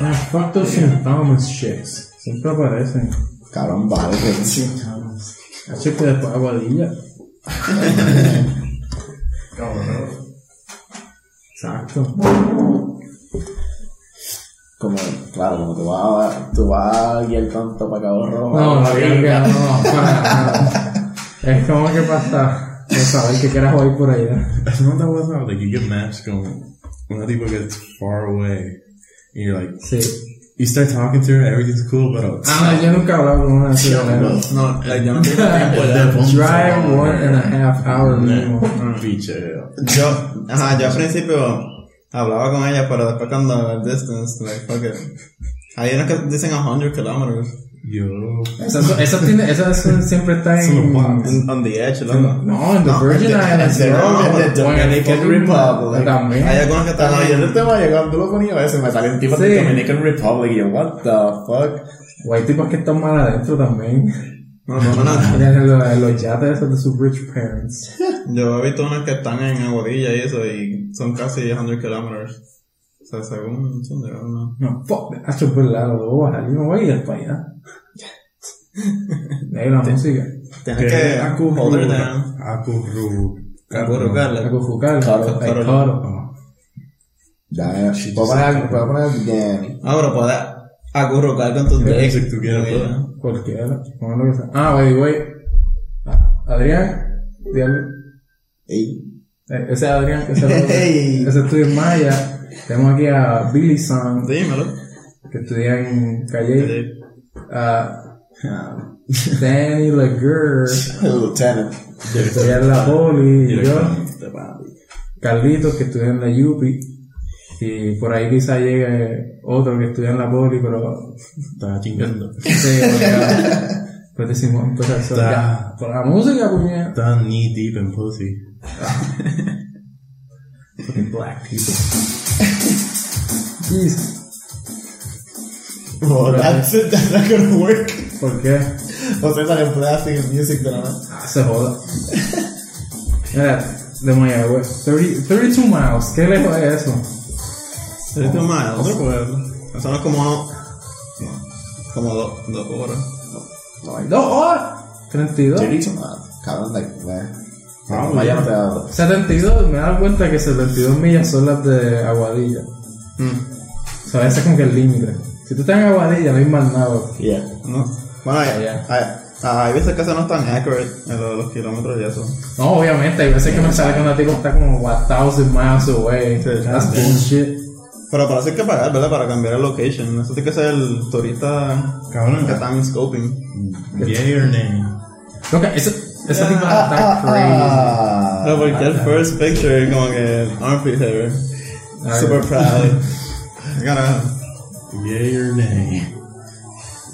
Ah, fato é o Centaumas, chefes. Sempre aparecem. Caramba, velho. Sim. Centaumas. Achei que era água linda. Calma, não. Saco. Como, claro, como tú vas, tú vas a guiar tanto para Cabo Rojo. No, no, bien. no, no, para nada. Es como que pasa. No saber que quieras oír por né? ahí, ¿no? It's not that well though. Like you get maps going. When other people get far away, and you're like, Sí. you start talking to her, everything's cool, but it's Ah, no, yo nunca he hablado con una ciudad. ¿no? not like Yo no tengo tiempo de Drive one and a half hour mínimo. feature. Yo, ajá, yo al principio hablaba con ella, pero después cuando el distance, like, fuck it. Hay unos que dicen 100 kilómetros. Yo. Esas, esas, tiene- esas son- siempre están Son en. los guapos. en- On the edge, loco. No, en the Virgin Islands. the- no, the- the o en el Dominican fucking- Republic. También. Hay algunos que están Ah, yo ahí. no te voy a llegar, tú lo ponías a veces, me salió un tipo Sí. de Dominican Republic y yo, what the fuck? O hay tipos que están mal adentro también. No, no, no. En los, en los yates esos de sus rich parents. Yo he visto unos que están en Aguadilla y eso, y son casi 100 kilómetros. O sea, según entiendo, yo no. No, fuck, that. Hacho, por la loba, yo me voy a ir para allá. Hay una música. Tienes que hold her down. Akuru. La Acurrucarla. cojucal. Claro, hay claro. coro. Oh, Ya, puedo poner, puedo poner Danny. Ah, pero puedes acurrucar con tus Music dick. together, Sí, bro. ¿no? Cualquiera. Pongan lo que sea. Ah, by the way. ah, Adrián. di algo. Ey, Eh, Ese es Adrián. Ese es Hey. Ese estudia en Maya. Tenemos aquí a Billy San, Dímelo. que estudia en Calle. A ah, Danny Laguerre, Lieutenant. que estudia en la Poli. Y yo. the body. Carlitos, que estudia en la Yupi. Y por ahí quizá llegue otro que estudia en la Poli, pero Está chingando. Sí, porque- pues decimos, empezar a soltar. Por la música, pues, puñeta. Está knee deep in pussy. Fucking black people. Jeez. Oh, that's it, that's not gonna work. ¿Por qué? O sea, sale plastic music de la nada. Ah, se joda. Mira, de Mayagüez. 30 32 miles, ¿qué lejos es eso? ¿Eres tu madre? Otro pueblo. Eso no es como uno. Como dos, dos horas. No, hay ¿Dos horas? 32. dicho nada. Cabrón, like, man. Probably. Vaya no te hago. 72, me he dado cuenta que 72 millas son las de Aguadilla. Mm, O sea, ese es como que el límite. Si tú estás en Aguadilla, no hay más nada. Yeah. No. Bueno, hay, Yeah. hay, hay veces que eso no es tan accurate en lo de los kilómetros y eso. No, obviamente, hay veces que me sale que una tipa está como 1000 miles away. Sí, That's sí. bullshit. Pero para eso hay que pagar, ¿verdad? Para cambiar el location. Eso tiene que ser el turista Cabrón. que está en scoping. Yay or nay? Loca, esa, Ah, esa tipa está crazy. Ah, No, porque el first picture como que armpit hair. Ay. Super proud. I gotta... Yay or nay?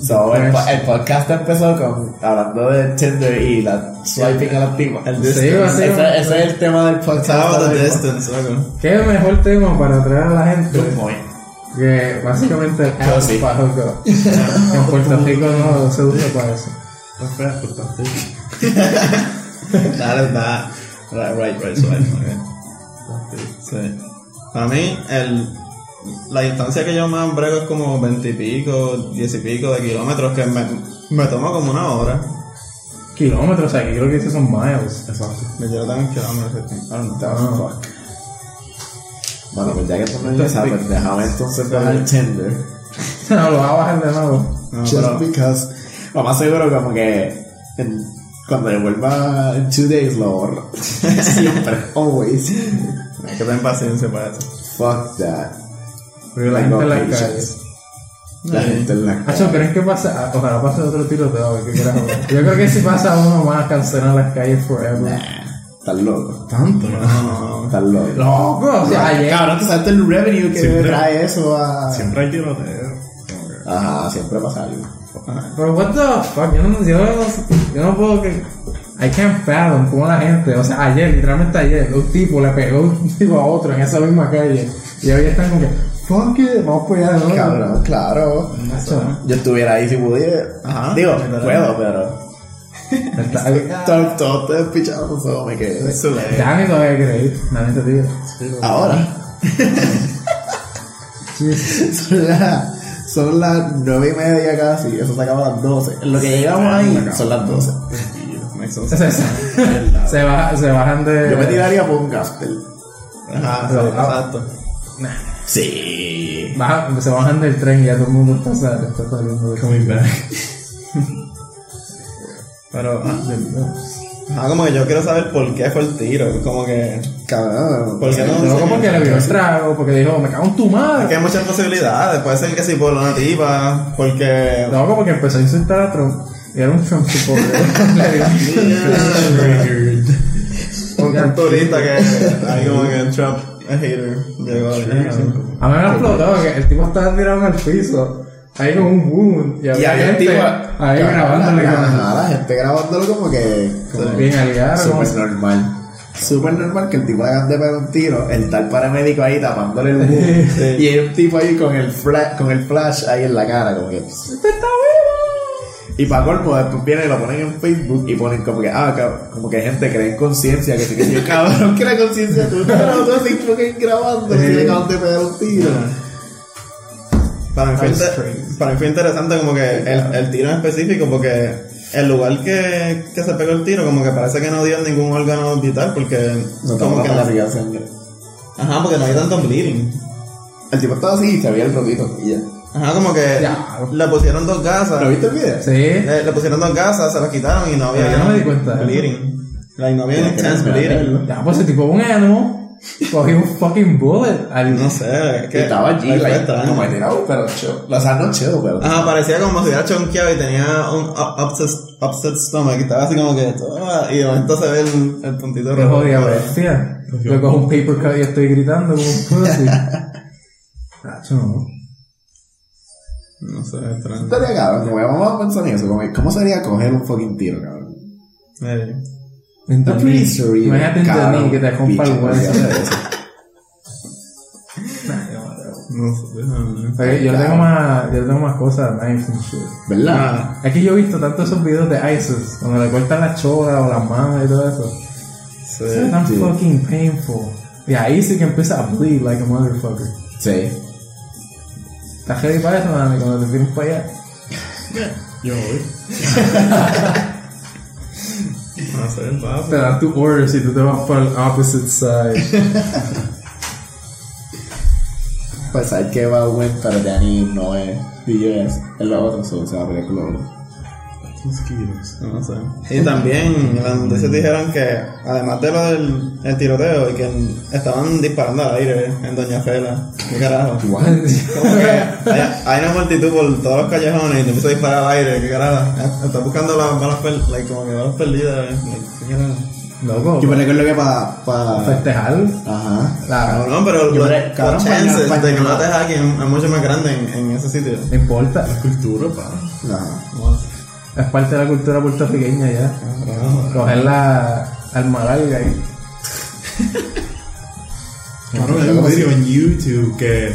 so, el, pues. po- el podcast empezó con hablando de Tinder y la swiping a las tipas. El Sí, va a distance. ser- Ese, ese es el tema del podcast. How about the ahora mismo. distance, loco? ¿Qué mejor tema para atraer a la gente Good point. que básicamente el Yo sí. para hookup? En Puerto Rico no se usa para eso. Está fat, but está thick. That is that. Right, right, right, so I okay. Está thick. Sí. Para mí, el, la distancia que yo más brego es como 20 y pico, 10 y pico de kilómetros, que me, me toma como una hora. Kilómetros, aquí creo que esos son miles. Exacto. Me llevo tan kilómetros. I don't know. The fuck. Bueno, pues ya que estamos en esa, pues déjame entonces bajar Tinder. No, lo vas a bajar de nuevo. No, Just pero, because. Lo más seguro como que en- cuando le vuelva en two days lo borro. Siempre, always. hay que tener paciencia para eso. Fuck that. Porque la Like gente en las locations. calles. La gente en la Hacho, ¿creen que pasa? Ah, Ojalá pase otro tiroteo, que carajo. Yo creo que si pasa uno van a cancelar las calles forever. Estás loco. Tanto, ¿no? No, no, no. Estás loco. Loco, o sea, ayer. Cabrón, tú sabes el revenue que Siempre. trae eso Ah. a. Siempre hay tiroteo. Como que- Ajá, siempre pasa algo. Pero what the fuck, yo no, yo no, yo no puedo que... I can't fathom cómo la gente, o sea, ayer, literalmente ayer, un tipo le pegó un tipo a otro en esa misma calle. Y hoy están como que, fuck it, vamos por allá de nuevo. Cabrón, claro. Macho, Yo estuviera ahí si pudiera. Ajá. Digo, Literal. puedo, pero. está- Todos todo te pichados, solo me quedé. It's too late. Dani todavía cree, Dani te digo. Ahora. Jesus. Eso es la- Son las nueve y media casi, eso se acaba a las 12. En lo que llegamos ahí son las 12. Tranquilo, me O sea, se, se baja- se bajan de. Yo me tiraría por un gaster. Ajá, Pero- sí, exacto. Sí. baja- se bajan del tren y ya todo el mundo está, sal- está saliendo de- Coming back. Pero, ajá, como que yo quiero saber por qué fue el tiro. Como que. Cabrón. ¿Por qué no? No, sé? como que le vio el trago, porque dijo, me cago en tu Es que madre. hay muchas posibilidades. Puede ser que sí por una tipa, porque. No, como que empezó a insultar a Trump. Y era un Trump tipo. le dio un- Triggered. Un culturista que. Hay como que Trump, a hater. Llegó a A mí me explotó que el tipo estaba tirado en el piso. Ahí con un boom. Y Y había había gente tipo. ahí cabrón, grabándole la- con ajá, la gente grabándolo como que. Como bien aliado. Súper normal. Súper normal que el tipo le hagan de pegar un tiro, el tal paramédico ahí tapándole el boom. Y hay un tipo ahí con el, fla- con el flash ahí en la cara, como que. ¡Usted está vivo! Y para colmo, después vienen y lo ponen en Facebook y ponen como que, ah, cab- como que gente cree en conciencia, que sí que yo, cabrón, que la conciencia tú, no, tú así como que grabando, si le acaban de pegar un tiro. Para mí, fue Ice inter- para mí fue interesante como que el, el tiro en específico porque el lugar que, que se pegó el tiro como que parece que no dio en ningún órgano vital porque No como como que la barriga de sangre. ajá porque no hay tanto bleeding El tipo estaba así y se veía el rotito y ya. ajá como que Ya. le pusieron dos gasas ¿Lo viste el video? Sí. le, le pusieron dos gasas se las quitaron y no había Yo no me di cuenta. bleeding like no había intense Mira, mira, bleeding Ya, pues ese tipo un animal. Cogió un fucking bullet. Al, no sé es Que que estaba allí, fue like, extraño. como tirado, pero chill. O sea, no chill, pero. Ajá, parecía como si hubiera chonqueado y tenía un up- upset, upset stomach y estaba así como que todo, y de momento se ve el, el puntito Yo rojo. jodía pero- bestia. Yo cojo un paper cut y estoy gritando como un pussy. Tacho, no. No sé, extraño. Estaría cabrón, como que vamos a pensar en eso, como que, ¿cómo sería coger un fucking tiro, cabrón? Eh, En tu I'm pretty sure you- Imagínate en tu cabrón, knee que te compa el bicho, hueso. no sé eso. No sé, déjame ver. Pero yo le tengo más, yo le tengo más cosas, knives and shit. ¿Verdad? Es que yo he visto tantos esos videos de ISIS, donde le cortan las choras o las manos y todo eso. Sí. It's tan sí. fucking painful. Y ahí sí que empieza a bleed like a motherfucker. Sí. ¿Estás ready para eso, Dani? Cuando te tiren para allá. Yo me voy. No sé, pues. papi. Te dan tu order si tú te vas para el opposite side. Pues hay que va buen, pero Danny no es DJs, es lo otro, solo se va a pelear con lo otro. Mosquitos. No sé. Y también en las noticias dijeron que, además de lo del el tiroteo, y que estaban disparando al aire en Doña Fela. ¿Qué carajo? Como que hay, hay una multitud por todos los callejones y te empieza a disparar al aire, ¿qué carajo? Estás buscando las balas perdidas, like, como que balas perdidas, eh, like, ¿qué carajo? Loco, Yo me recuerdo que para. Pa, festejar ajá. la... Cabrón, pero Yo los, creo- los cabrón, chances para- para- de que no te hackeen es mucho más grande en, en ese sitio. No importa. Cultura, pa. Ajá. Es parte de la cultura puertorriqueña ya. Coger la alma larga y... Cabrón, hay un video en YouTube que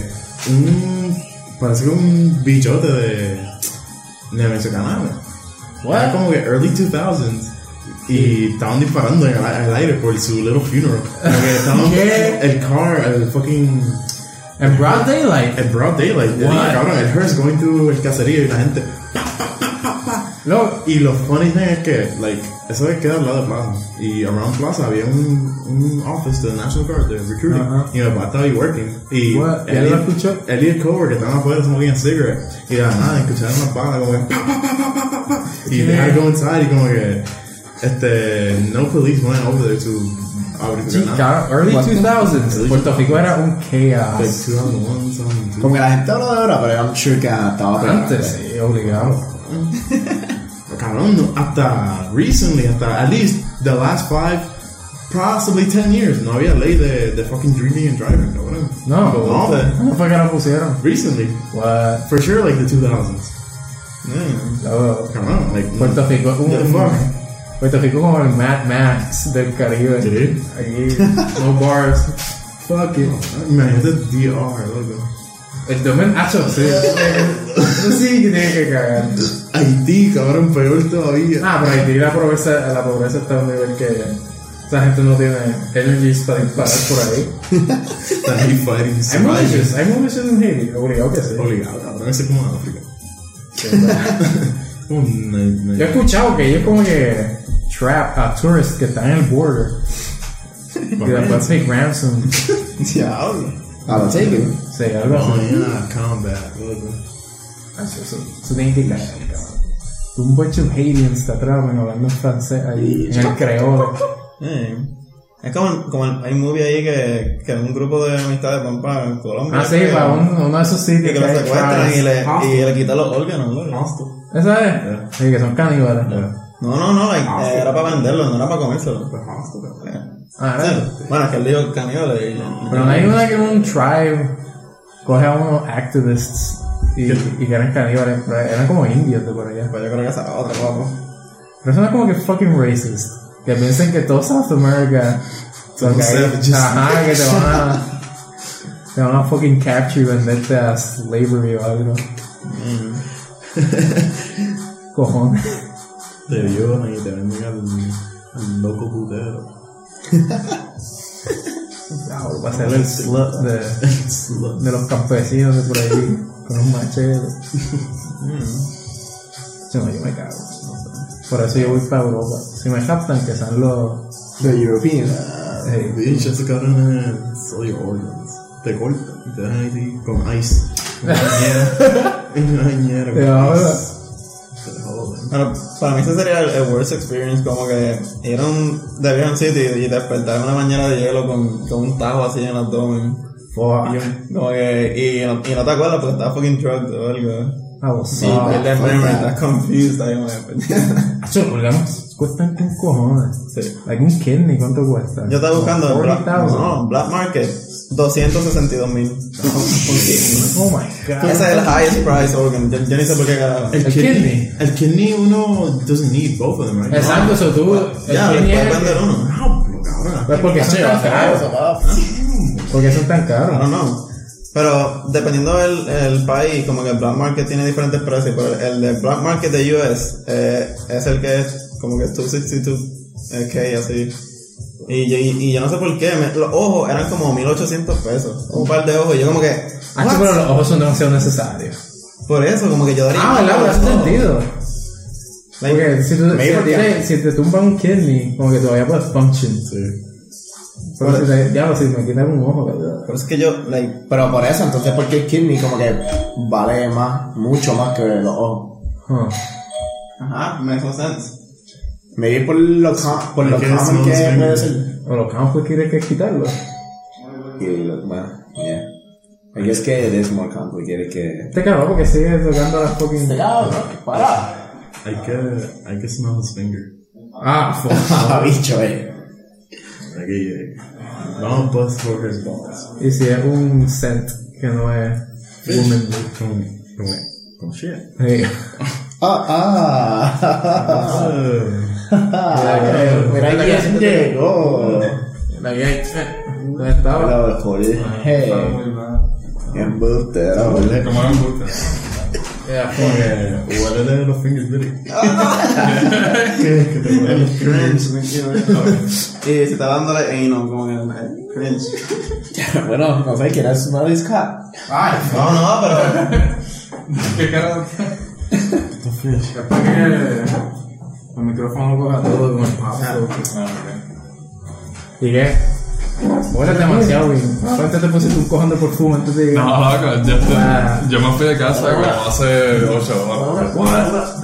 un. Parece que un bichote de. de mexicano. Era como que early 2000s. Y estaban disparando en el, al aire por su little funeral. Como que estaban. ¿Qué? El car, el fucking. En broad daylight. El broad daylight. el What? Cabrón, el hearse going through el caserío y la gente. pa, pa, pa, pa, pa. Loco, Y lo funny thing es que, like, eso que queda al lado de Plaza. Y around Plaza había un, un office del National Guard, de recruiting. Ajá. Y mi papá estaba ahí working. Y What? ¿Y él él lo y- escuchó? Él y el coworker que estaban afuera smoking a cigarette. Y de la nada, escucharon una bala como que pa, pa, pa, pa, pa, pa, pa. Y they had to go inside y como que, este, no police went over there to abrir sí, nada. cabrón, early What? 2000s. Puerto Rico era un chaos. Like, 2001, 2002. Como que la gente habla de ahora, pero I'm sure que estaba pegada. Antes, sí, obligado. Cabrón, no, hasta recently, hasta at least the last five, possibly 10 years, no había ley de, de fucking drinking and driving, cabrón. No. No, de- ¿Cómo fue que lo pusieron? recently, What? for sure, like the 2000s. Mm. Loco. Cabrón, like, Puerto Rico, un, What the fuck? Puerto Rico como el Mad Max del Caribe. Sí. Ahí, no bars. Fuck it. Imagínate DR, loco. El Domen Acho, sí. Eso sí que tiene que cagar. Haití, cabrón, peor todavía. Ah, pero Haití la pobreza, la pobreza está a un nivel que. Esa gente no tiene energies para disparar por ahí. Están ahí fighting. Hay militias, hay militias en Haiti, obligado que sí. Obligado, cabrón. Ese es como África. Como un night- Yo he night- escuchado que ellos como que trap a tourists que están en el border. Y después take ransom. Diablo. I'll take it. Sí, algo Oh, así. yeah, combat. loco. ah, Eso, eso, eso tiene que caer, cabrón. Un bunch of Haitians te atrapan hablando en francés ahí, en el creole. Eh, Es como, como el- hay un movie ahí que, que un grupo de amistades van para Colombia. Ah, sí, creo, para un- uno de esos Y sitios que los hay secuestran y le, tribes. y le quitan los órganos. ¿no? ¿Esa es? Sí, que son caníbales. No, no, no, like, eh, era para venderlo, no era para comérselo. Eh, Ah, sí. era. Bueno, es que él dijo caníbales. Pero no hay una que un tribe coge a unos activists y, y que eran caníbales. pero Eran como indios de por allá. Pues yo creo que esa era otra, guapo. Pero eso no es como que fucking racist. Que piensen que todo South America. Son que hay- savages. ajá, que te van a. Te van a fucking capture y venderte a slavery o algo. Cojón. Te violan y te venden al, al loco putero. Va a ser el slut de, de los campesinos de por ahí. Con un machete. Mm. Yo, no, yo me cago. no sé. Por eso yo voy para Europa. Si me captan, que sean los. The Europeans. eh, Bitch, esos cabrones sell your organs. Te cortan y te dejan ahí con ice. Una bañera. Una bañera. Te con ice. jodas. Te jodan. Bueno, para mí ese sería el, el worst experience, como que ir a un, de viaje a un sitio y despertar en una mañana de hielo con, con un tajo así en el abdomen. fuck. Y, un- como que, y, no, y no te acuerdas porque estás fucking drugged o algo. Ah, Sí, Abusado. pero el memory, estás confused ahí, man. Acho, los órganos cuestan con cojones. Sí. Like un kidney, ¿cuánto cuesta? Yo estaba buscando en Black, 40,000. no, Black Market, 262 mil. Oh my god. Ese es el highest price organ, yo, yo ni sé por qué carajo. El kidney. El kidney uno doesn't need both of them right Ah, now. Exacto, eso tú. El Ya, Ah, kidney puedes es. vender uno. Diablo, cabrón. Pues porque son tan caros. Porque son tan I caros. don't know. Pero dependiendo del el país, como que el black market tiene diferentes precios, pero el de black market de US eh, es el que es como que 262k así. Y, yo- y, y yo no sé por qué, me- los ojos eran como 1800 pesos, un par de ojos, y yo como que... Acho, what? pero los ojos son demasiado necesarios. Por eso, como que yo daría... Ah, más verdad, por pero los hace ojos. sentido. Like, Porque si, tú, si, maybe, te, si te tumban un kidney, como que todavía puedes function. Pero si te, ya, si me quitan un ojo, cabrón. Por eso es que yo, like, Pero por eso, entonces, ¿por qué el kidney como que vale más, mucho más que los ojos? Huh. ajá, makes no sense. Maybe por lo, com- por lo Porque es common que Muslim. puede ser. O los campos quieren que quitarlo. Y, lo- bueno, yeah. I guess que it is more complicated que... Este cabrón, porque sigue tocando las fucking. Cabrón, para. Hay que, hay que smell his finger. Ah, fuck. bicho, eh. Hay que llegar. Vamos bust for his balls. Y si es un scent que no es woman. Con, con, con Oh, shit. Sí. Ah, ah. Ah. Mira Mira ahí quién quién llegó. La que ¿Dónde estaba? Hola, Jorge. Embustero. Huele como una puta. Yeah, fuck. Como que huélele los fingers, Billy. Que que te huele los Cringe, fingers. me quiero ir. Y si está dándole anal, como que, eh, cringe. Bueno, no sé quién es Smelly's Cat. No, no, pero... ¿Qué cara? Capaz que el micrófono coja todo con el paso. ¿Y qué? Hueles demasiado bien. ¿Cuánto te pusiste un cojón de perfume antes de llegar? No, loco, yo, te- Ah. yo me fui de casa como hace 8 horas.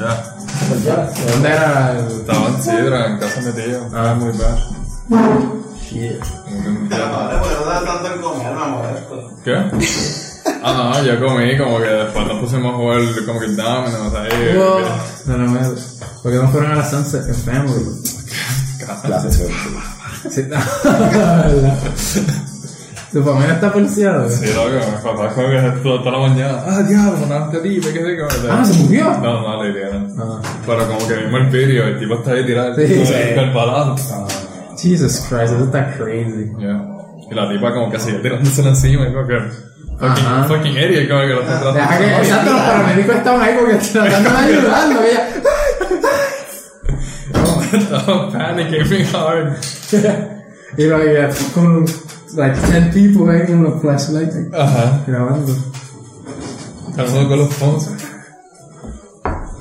Ya, ¿Dónde era el.? estaba en Sidra, en casa de mi tío. Ah, muy bad. Como que un día- Vale, pues no da tanto el comer, me molesto. ¿Qué? Ah, no, yo comí, como que después nos pusimos a jugar como que Domino's ahí. No, no, no. ¿Por qué no fueron a la Sunset en Family? tá- Clase Sí, no. ¿Verdad? ¿Tu familia está policiada? Sí, loco, mis papás como que toda, toda la mañana. Ah, diablo, no te dije, qué rico. Ah, se murió. No, no, le dieron. Ah. Pero como que vimos el vídeo, el tipo está ahí tirado. Sí, como sí. que Con el balance. Jesus Christ, eso está crazy. Ya. Y la tipa como que sigue tirándosela encima y como que. Fucking, Ajá. fucking idiot, como que lo está Deja tratando. que, exacto, los paramédicos estaban ahí porque tratando de ayudarlo. Ella, Estaba panicking hard. y lo había con like 10 people ahí con los flashlights like, Uh-huh. Ajá. grabando. Calmado con los phones.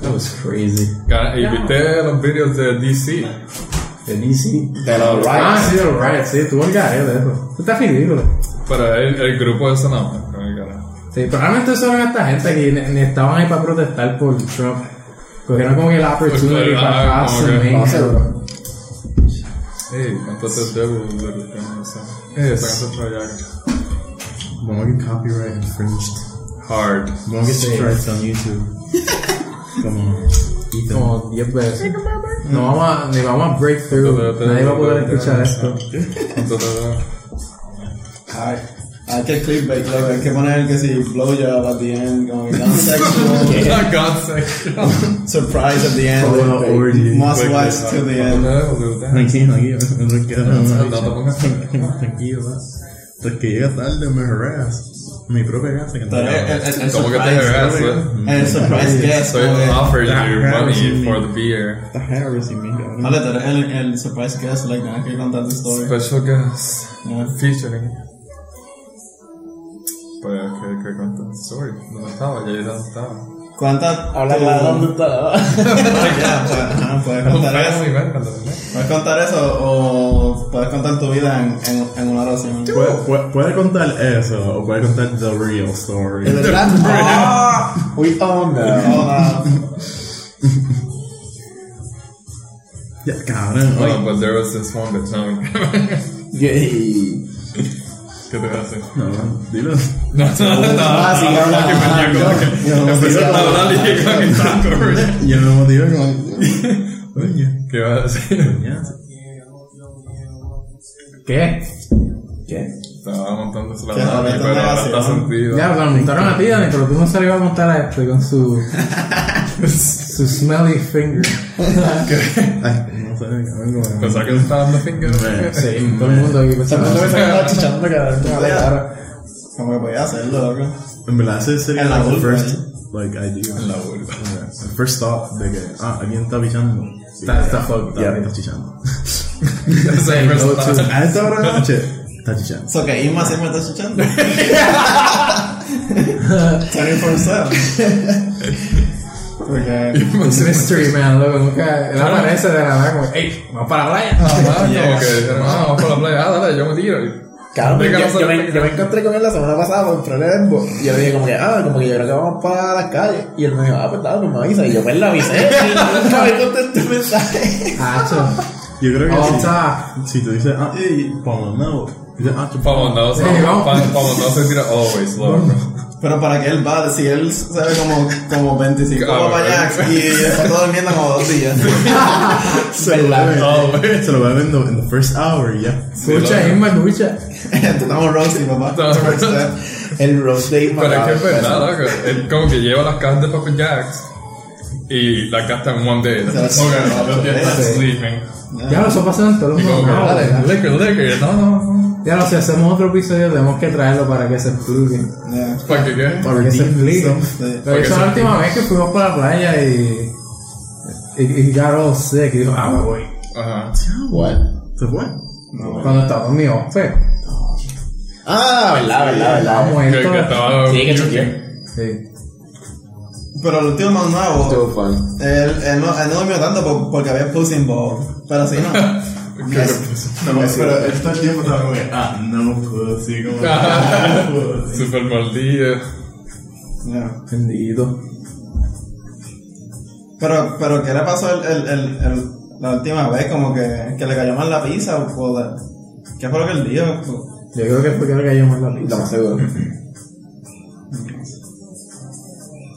That was crazy. Cara, Y viste los videos de DC. De DC. De los Ah, riots. sí, los riots, sí, tuvo el gareo de eso. Esto está ridículo. Pero el, el grupo ese no. con el carajo. Sí, probablemente eso eran esta gente que ni, ni estaban ahí para protestar por Trump. Cogieron como que la opportunity Pues, ah, para como hacer que main, hacer- cabrón. Ey, entonces debo de lo que no sé. Esa canción trae Won't get copyright infringed. Hard. Won't get Sí. strikes on YouTube. Come on. Ethan. Como 10 veces. No vamos a, ni vamos a break Pero, through. pero, Nadie va a poder pero, escuchar pero, esto. Entonces, Ay, Hay que clickbait, loco, hay que poner que si blowjob at the end, como que non-sexual, ah, God sake. surprise at the Oh, end, Follow up orgy. must Quick, watch quick, till the quick. end. Tranquilo, tranquilo. No, no te pongas Tranquilo, tranquilo. Hasta que llega tarde me harass. Mi propia casa que no- Pero- Eh, Como que te harass, eh? And surprise guest, So it como offers you Yeah, money yeah. for the beer. que, Vale, tú eres el, el surprise guest, like, tienes que contar tu historia. Special guest. Yeah. Featuring. eh. Pues, que, que cuenta. Sorry, no estaba, ya yo no estaba. ¿Cuántas? Habla claro. tú- Ya, pues, ajá, puedes contar eso. Muy bien, cuando venga. ¿Puedes contar eso o puedes contar tu vida en, en, en una oración? Puede- puede- Puede contar eso o puede contar the real story. El gran- Ah, We own that. Hola. Ya, cabrón. Bueno, pues there was this one bitch, no, ¿qué Gay. te voy a hacer? No, no, dilo. No, no, no, Ah, sí, no, habla. que me llegó, que no, empezó no, a hablar y dije, "Coño, está corriendo". Yo me motivé como. Coño. ¿Qué vas a decir? coñazo. ¿Qué? ¿Qué? Estaba montando su Que lado, ahorita pero no ahora hace, está ¿no? sentido. Ya, lo montaron a ti, Dani, pero tú no se lo ibas a montar a este con su. su smelly finger. Ay, no sé, cabrón, como- Pensaba que le estaba dando finger. Me- Sí, todo el mundo aquí pensaba. Cuando me sacan la chicha, no me quedaron. Como que podía hacerlo, loco. En verdad, ese sería En la like, the vulva, first like, idea. En la vulva. El first thought de que, ah, alguien está pichando. Está- está fucked up. Alguien está chichando. Ese Sí, first go thought. A esta hora de la noche, está chichando. So que Isma sí me está escuchando. 24-7. Porque. Es mystery man, loco, nunca. Él aparece de la nada como, ¡ey! ¡Vamos para la playa! Ah, como que, hermano, vamos por la playa, ah, dale, yo me tiro. Claro, Explícanos yo, yo sobre- me, yo me encontré con él la semana pasada por comprarle el Embo. Y yo le dije como que, ah, como que yo creo que vamos para las calles. Y él me dijo, ah, pues nada, pues me avisa. Y yo pues le avisé. Y nunca me "Ah, contestó el mensaje. ¡Hacho! Yo creo que ¡On si- top! si tú dices, ah, hey, Pablo, no. Dices, ah, chupa. Pablo no, se- Sí, vamos. Pa- Pablo no se tira always, loco. Pero para que él va, si él sabe como, como 25 Cabrón. papayas y está durmiendo como dos días. Se lo beben. Always. Se lo beben en the first hour, ya. Escucha, Isma, escucha. Estamos Roxy, papá. Estamos roasting. El roast day Pero es que es verdad, loco. Él como que lleva las cajas de Papa Jacks y las gasta en one day. sea, sí. Okay, no, no, yeah, that's Sí. sleeping. Ya lo pasó en todos los Y como que, programas. dale, liquor, liquor, no, no, no. Ya lo si hacemos otro episodio, tenemos que traerlo para que se explique. Yeah. ¿Para qué qué? Para que se explique. Sí. Pero esa Porque es se- la última vez que fuimos para la playa y. Y, y got all sick. Y dijo, ah, me voy. Ajá. Se fue. Cuando estaba en mi pues, ofe. Ah, verdad, verdad, Estaba verdad. Que, que muerto. estaba. Sí, que choqué. Sí. Pero el último más nuevo, Estuvo fun. él, él, no, él no durmió tanto por- porque había pussy involved. Pero si no. No, pero él todo el tiempo estaba como que, ah, no pussy, como que, ah, no pussy. Super mordido. Yeah. Bendito. Pero, pero ¿qué le pasó el, el, el, el- la última vez? Como que, que le cayó mal la pizza o o la- ¿Qué fue lo que él dijo? Yo creo que fue que le cayó más la Lo pizza. más seguro.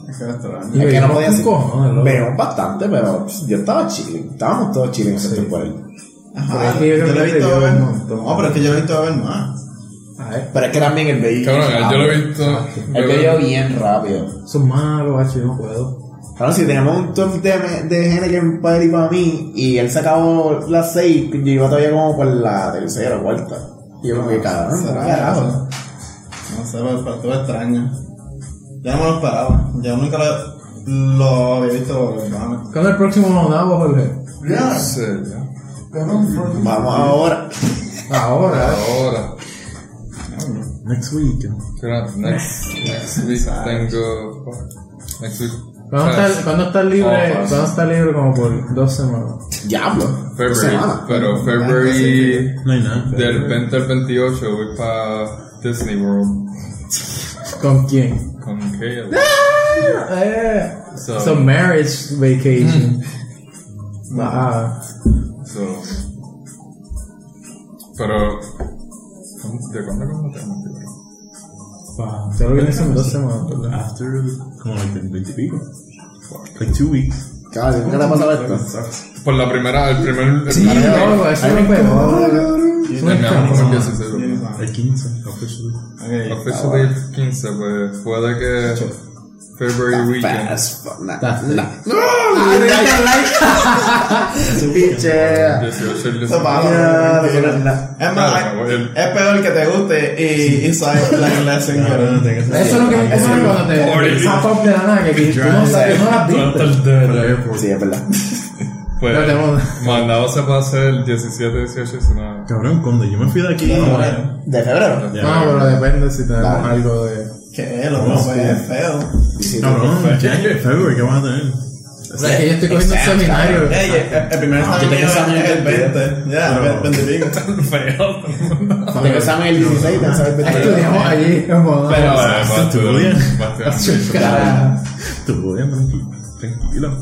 Es que restaurante. Y Es que no bebimos podía un ser. cojón, loco. Bebimos bastante, pero pues, yo estaba chilling. Estábamos todos chilling, excepto por él. Pero es Ajá, que yo yo, creo lo que he visto le dio beber. un montón. No, pero es que yo lo he visto beber más. A ver, Eh, Pero es que también el baby. Cabrón, yo lo he visto. Él bebió bien rápido. son malos, hacho, yo no puedo. Claro, si teníamos un top de, de Heineken para él y para mí, y él sacaba las seis, pues yo iba todavía como por la tercera o cuarta. Y yo como que cabrón, Será, carajo. No sé, pero pero estuvo extraño. Ya no me lo esperaba. Yo nunca lo, lo había visto beber. vamos. ¿Cuándo es el próximo mandado, Jorge? No sé, ya. Cabrón, fue- Vamos ahora. Ahora. Ahora. Next week. Creo que Next, next week tengo. Next week. ¿Cuándo está, cuándo está libre? Oh, fast. ¿Cuándo está libre? Como por dos semanas. Diablo. February. Semana. Pero February. No hay nada. Del 20 al 28 voy para Disney World ¿Con quién? con Caleb. ¡Ah! Eh, So- so marriage vacation. Ah, So, pero. ¿De cuándo comenzamos? Wow. solo viene en dos semanas. ¿verdad? After, como like the big week. Like two weeks. Cabrón, ¿qué le ha pasado a esto? sucks. Por la primera, el primer. el Sí, primer- no, eso es lo peor. Y terminamos con el 16. Like 15, officially. Officially el 15, pues puede que. February weekend. Fast fuck. Nah, That's nah. Ah, Piche. 18 el Eso es 19. malo, Ya, mentira. de verdad. Es Claro, más, güey, el- es peor que te guste y, y sabes la clase en No, no, no que tengas Eso es lo que me pasa cuando te Forty. pop up de la nada, que que tú no sabes, no las viste. Sí, es verdad. No te Pues. mudas. Mandado se va a hacer el 17, 18, 19. Cabrón, cuando yo me fui de aquí. no, ¿De febrero? Ya. No, pero depende si tenemos Claro. algo de. Que es, loco, pues, es feo. Cabrón, January, February, ¿qué vas a tener? O sea, que yo estoy cogiendo un seminario. Ey, el, el primer Ah, yo tengo examen mío examen es el el 20. 20. Ya, Pero- el 20 y pico. Feo. Tengo examen el 16, tengo examen el 22. Estudiamos allí, como. Pero, bien. Bastante. Carajo. Tú, voy a tranquilo. Tranquilo.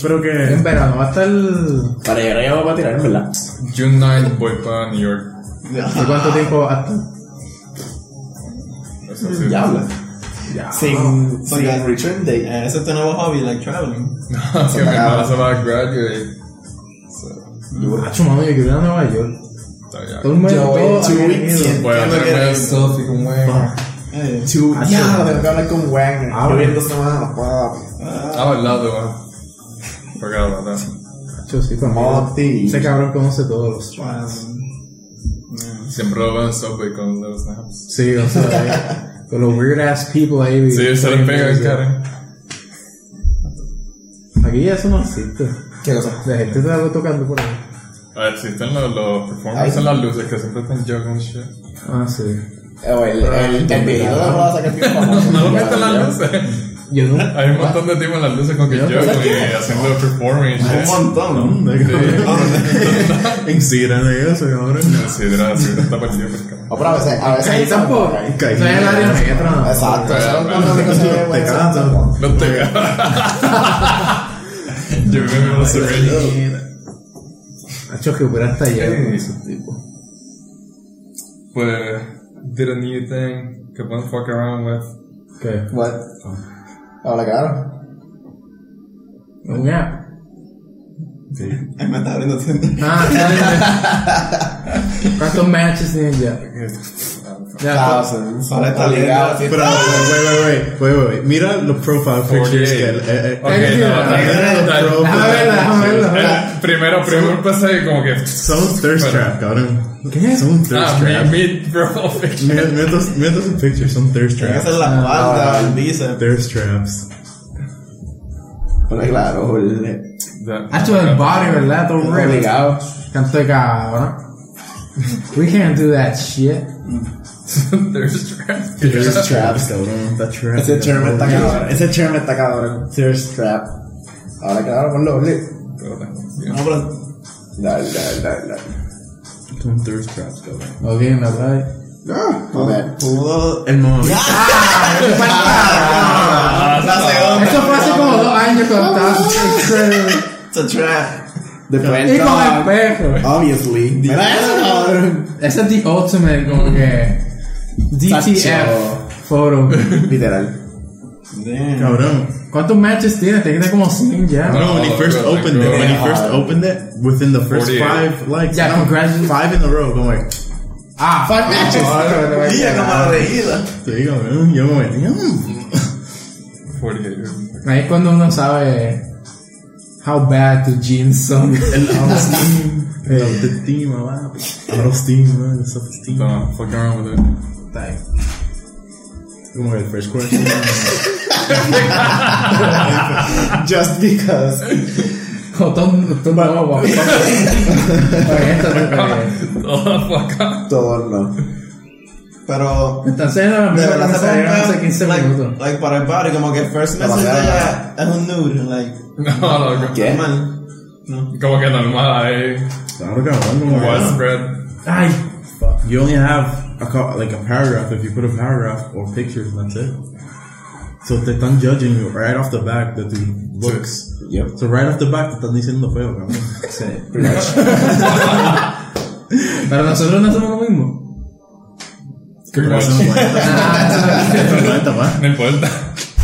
Pero En que. verano va a estar. ¿Y Para llegar allá vamos a tirar, ¿verdad? June 9 voy para New York. cuánto tiempo va a estar? Eso sí. Diablo. Sin, Sin sin return date. Eh, Ese es tu nuevo hobby, like traveling. No, que mi hermano se va a graduate. So, Hacho, mano, yo quiero ir a Nueva York. está ya. Todo el mundo. Yo voy en todo two había weeks. ido. Voy ¿Qué me a hacerme el quieres? selfie con Wayne. Eh, Two. Ya, tengo que hablar con eh, Wang. Ah, Yo vi bueno. en dos semanas, papi. Ah, verdad, tú vas. Forgot about that. Hacho, sí, conmigo. Moti. Ese cabrón conoce todos los tracks. pues, Siempre lo veo en Subway con los snaps. Sí, o sea, con los weird ass people ahí. Sí, se les pega el Karen. Aquí eso no existe. ¿Qué cosa? La gente te va tocando por ahí. A ver, existen los, los performers en las luces que siempre están yo con shit. Ah, sí. Oh, el, el, el viejito de Rosa que tiene famoso. No lo meten en las luces. Yo no. Hay un montón de tipos en las luces con que yo y haciendo performing y pues, un shit. montón. ¿Dónde, cabrón? En Sidra, de eso, cabrón. Sí, gracias, está perdido por cabrón. O, pero a veces, a veces. Ahí tampoco. Ahí. Eso es el área negra. ¿no? Exacto, eso no es lo único que se ve, güey, Te eso. canto. No te Yo me veo los cerrillos. Hacho, que hubiera hasta allá. Pues, did a new thing que pueden fuck around with. ¿Qué? What? Ahora, claro. Una. Ay, me está abriendo tienda. Ah, ¿sabes? ¿Cuántos matches tienes ya? Ah, Ya, Thousands. Ahora está ligado. Obligado. así. Pero, wait, wait, wait, wait, wait, wait. Mira los profile pictures que. él- eh, eh, Ok, Eh, no, eh, también- eh, también- déjame verla, déjame verla. Eh, Primero, primero empecé y como que. Son un thirst Bueno. trap, cabrón. ¿Qué? Son un thirst Ah, trap. mi, mi profile. Mira mira estos mira estos pictures, son thirst Tiene que traps. ser la espalda, el bíceps. Thirst traps. Ahora, claro, ole. Hacho, el body, ¿verdad? Todo ripped. Obligado. Canto de cabrón. We can't do that shit. Thirst trap. Thirst traps. Cabrón, está trap. Ese term está cabrón. Ese term está cabrón. Thirst trap. Ahora, claro, ponlo, ole. No, pero Dale, dale, dale, dale. Son thirst traps, cabrón. Ok, me atrae. Ah, No, no, man. pudo. El momento. ah, La segunda. Eso fue hace como dos años cuando estabas It's a trap. Después Y con entra- el perro. Obviously. Mira eso, cabrón. Ese es the ultimate, como que. Sacho. DTF photo. Literal. Damn. Cabrón. ¿Cuántos matches tienes? Tienes que tener como 100 ya. No, No, when he oh, first good, opened good. it, when he Yeah. first opened it, within the first 48. five likes, Yeah, no, congratulations. five in a row, going like, Ah, fuck matches. Y ya como la reída. there you go, man. Yo "Mm, going, damn. 48. Ahí es cuando uno sabe how bad to jeans son. El autoestima, el autoestima, wow. Autoestima, el self-esteem. Don't Então, fuck around with it. Como el first question. Just because. O Tom, Tom no, guau, Tom. Oye, esto es- Todo fue acá. Todo no. Pero. Entonces era la De primera verdad se cosa fue que un hace pedo, 15 like- minutos. Like para el party, como que el first message de ¿Eh? Demasiado. ella es un nude, like. No, loco. ¿Qué? Normal. No. Como que é normal ahí. Claro, cabrón, como que- Widespread. Ay, You only have a co- like a paragraph. If you put a paragraph or pictures, that's it. So te están judging you right off the back that the looks. Yep. So right off the back te están diciendo feo, cabrón. sí. Pero nosotros no somos lo mismo. Pretty much. Ah. No importa.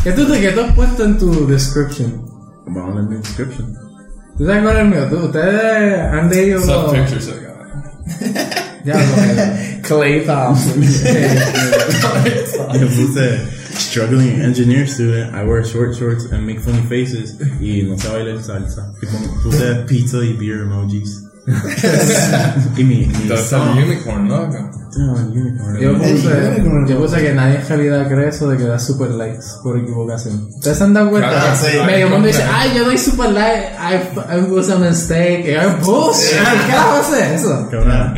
¿Qué tú, te- qué tú has puesto en tu description? Vamos a leer mi description. ¿Tú sabes cuál es el mío? ¿Tú- ¿Ustedes han leído Sub los- pictures tá acá. Ya, lo- Clay Thompson. Yo puse struggling engineer student. I wear short shorts and make funny faces. Y no sé bailar salsa. Y pon- Puse pizza y beer emojis. y mi, mi That's a song. Então, tá unicorn, ¿no? Acá. Oh, unicorn. Yo puse, yo puse que nadie en realidad cree eso de que da super likes por equivocación. ¿Ustedes se han dado cuenta? Claro, sí. Medio mundo dice, ay, yo doy super like, I, I was a mistake. Y yo, bullshit, ¿qué carajo hace eso? Cabrón.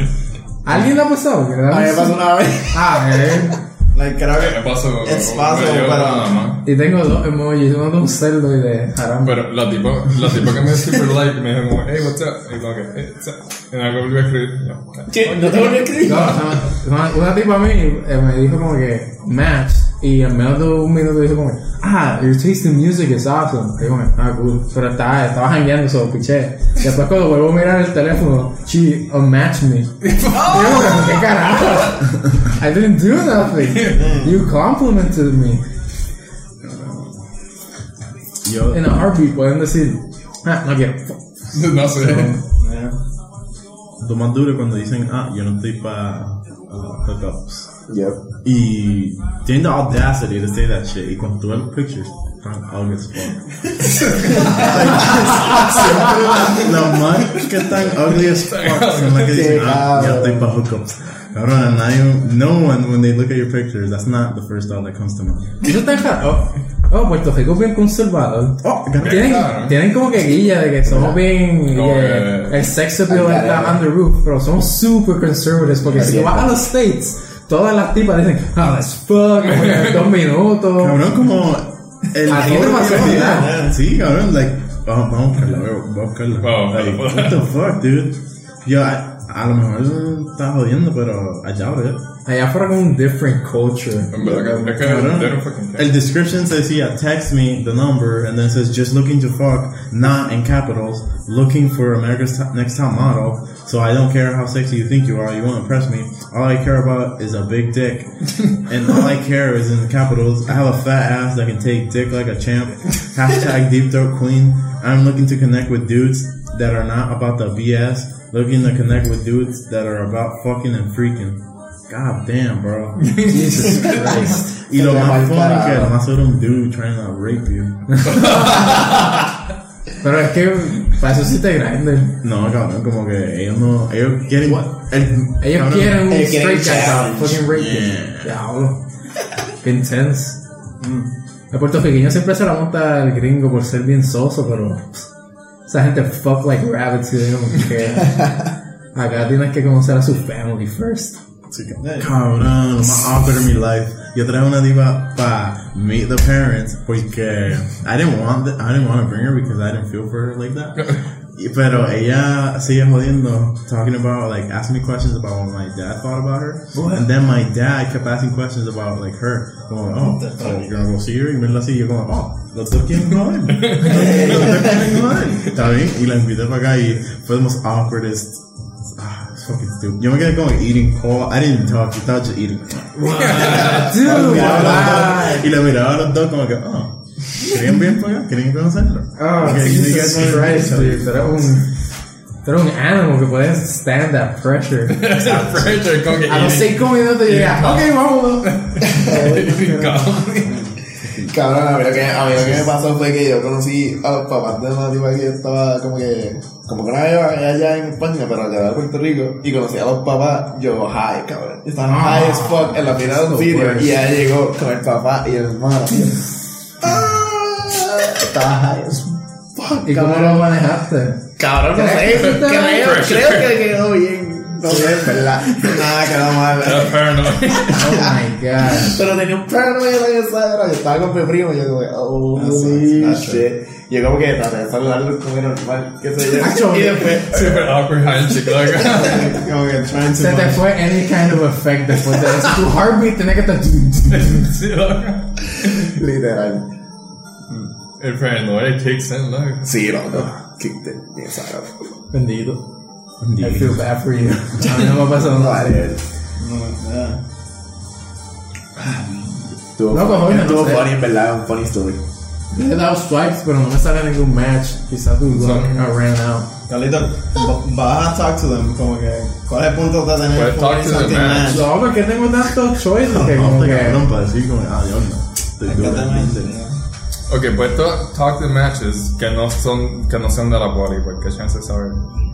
¿Alguien le ha pasado? Que le da A mí me un- pasó una vez. Ah, eh. Like, creo ¿Qué que. pasó? It's possible, Yo pero- nada más. Y tengo dos emojis, uno de un cerdo y de jaramba. Pero la tipa, la tipa que me dio super like me dijo como, hey, what's up? Y como que, hey, what's up? Y me volvió a escribir. Yo, ok. No te volví a escribir. No, no, no, una tipa a mí eh, me dijo como que match y en menos de un minuto dijo como ah your taste in music is awesome y yo como ah cool pero estaba estaba jangueando eso piché después cuando vuelvo a mirar el teléfono she unmatched me Y yo como que, qué carajo I didn't do nothing you complimented me Yo, in a heartbeat pueden decir ah no quiero No sé. Eh. lo más duro es cuando dicen, ah, yo no estoy para hookups. Yep. Y tienen the audacity to say that shit. Y cuando tú ves los pictures, están ugly as fuck. Siempre la man que están ugly as fuck son las que dicen, ah, ya estoy para hookups. Cabrón, nadie- no one, when they look at your pictures, that's not the first thought that comes to mind. eso está en ja- oh, oh Puerto Rico es bien conservador Oh, cabrón. Tienen, Claro. tienen como que guilla de que somos bien. Como eh, que- el sex appeal está under roof, pero somos super conservatives. Porque si vas a los States, todas las tipas dicen, ah, let's fuck, como que en dos minutos. Cabrón, como. El A ti te pasó, ¿verdad? Sí, cabrón, like. Vamos, vamos a buscarla, veo, vamos a buscarla. Vamos a Like, buscarla. pues. what the fuck, dude? Yo, a, a lo mejor está jodiendo, pero allá, ¿verdad? Allá fuera como un different culture. En verdad que es que Cabrón. they don't fucking care. El description says, yeah, text me the number, and then it says, just looking to fuck, not in capitals, looking for America's Top- Next Top Model, so I don't care how sexy you think you are, you won't impress me. All I care about is a big dick, and all I care is in capitals. I have a fat ass that can take dick like a champ. Hashtag deep throat queen. I'm looking to connect with dudes that are not about the BS, looking to connect with dudes that are about fucking and freaking. God damn, bro. Jesus Christ. Y lo más funny que además era un dude trying to rape you. Pero es que para eso sí te grinden. No, cabrón, como que ellos no. Ellos quieren. El, Ellos cabrón, quieren un ellos straight quieren guy challenge. to fucking rape Yeah. you. Diablo. Qué intense. Mm. El puertorriqueño siempre se la monta al gringo por ser bien soso, pero. pff, Esa gente fuck like rabbits y digamos que. Acá tienes que conocer a su family first. Cabrón, lo más awkward in mi life. Yo traje una diva para meet the parents porque I didn't want the- I didn't want to bring her because I didn't feel for her like that. Y- Pero ella sigue jodiendo, talking about like asking me questions about what my dad thought about her, and then my dad kept asking questions about like her. Going, oh, so you're gonna go see her, y me la sigue, yo como, oh, lo estoy quieren joder. Lo quieren joder. Está bien, y la invité para acá y fue the most awkwardest Ah, it's fucking stupid. Yo me quedé como eating cold. I didn't talk. Yo estaba just eating. Dude, Miraba a los why? dos, y lo miraba a los dos como que, oh, ¿querían bien para acá? ¿Querían conocerlo? Oh, Okay, you guys Jesus wanna Christ, meet each dude. Tú eres un. Tú eres un animal que puede stand that pressure. Pressure, "Ah, como que A los eating- cinco minutos llegas, ok, vámonos. eating cow. Cabrón, a mí, lo que, a mí lo que me pasó fue que yo conocí a los papás de una tipa que yo estaba como que. Como que una vez allá en España, pero allá en Puerto Rico. Y conocí a los papás, yo high, cabrón. Estaban high as fuck en la fila de un sitio. pues. Y ella llegó con el papá y el hermano. y yo, "Ah". Estaba high as fuck. ¿Y cómo lo manejaste? Cabrón, no sé. ¿Crees que Creo, está bien? creo que quedó bien. No sé, en verdad. Nada, quedó mal. Era paranoid. Oh my god. Pero tenía un perro y la Yo estaba con mi primo y yo como, oh, That sucks, that shit. Yo como que traté de saludarlo como era normal, qué sé yo. Y después, Super awkward handshake, loco. como que trying Se te fue any kind of effect después de eso. Tu heartbeat tenía que estar. Sí, loco. Mm. Literal. El paranoia kicks in, eh, loco. Sí, loco. Kicked it. Bien sacado. Bendito. I feel bad for you. A mí no me ha pasado nada. Tuvo No, pues, funny, oye, no tuvo sé. funny, en verdad, un funny story. Le he dado swipes, pero no me sale ningún match. Quizás tu luck I ran out. Carlito, va- vas a talk to them, como que, ¿cuál es el punto de tener Pues, talk to something them, man. match? No, porque tengo tantos choices que como No, te que. cabrón para decir como, ah, Dios no. Te Hay que digo, tener- Ok, pues to- talk to matches que no son, que no sean de la body, porque chances are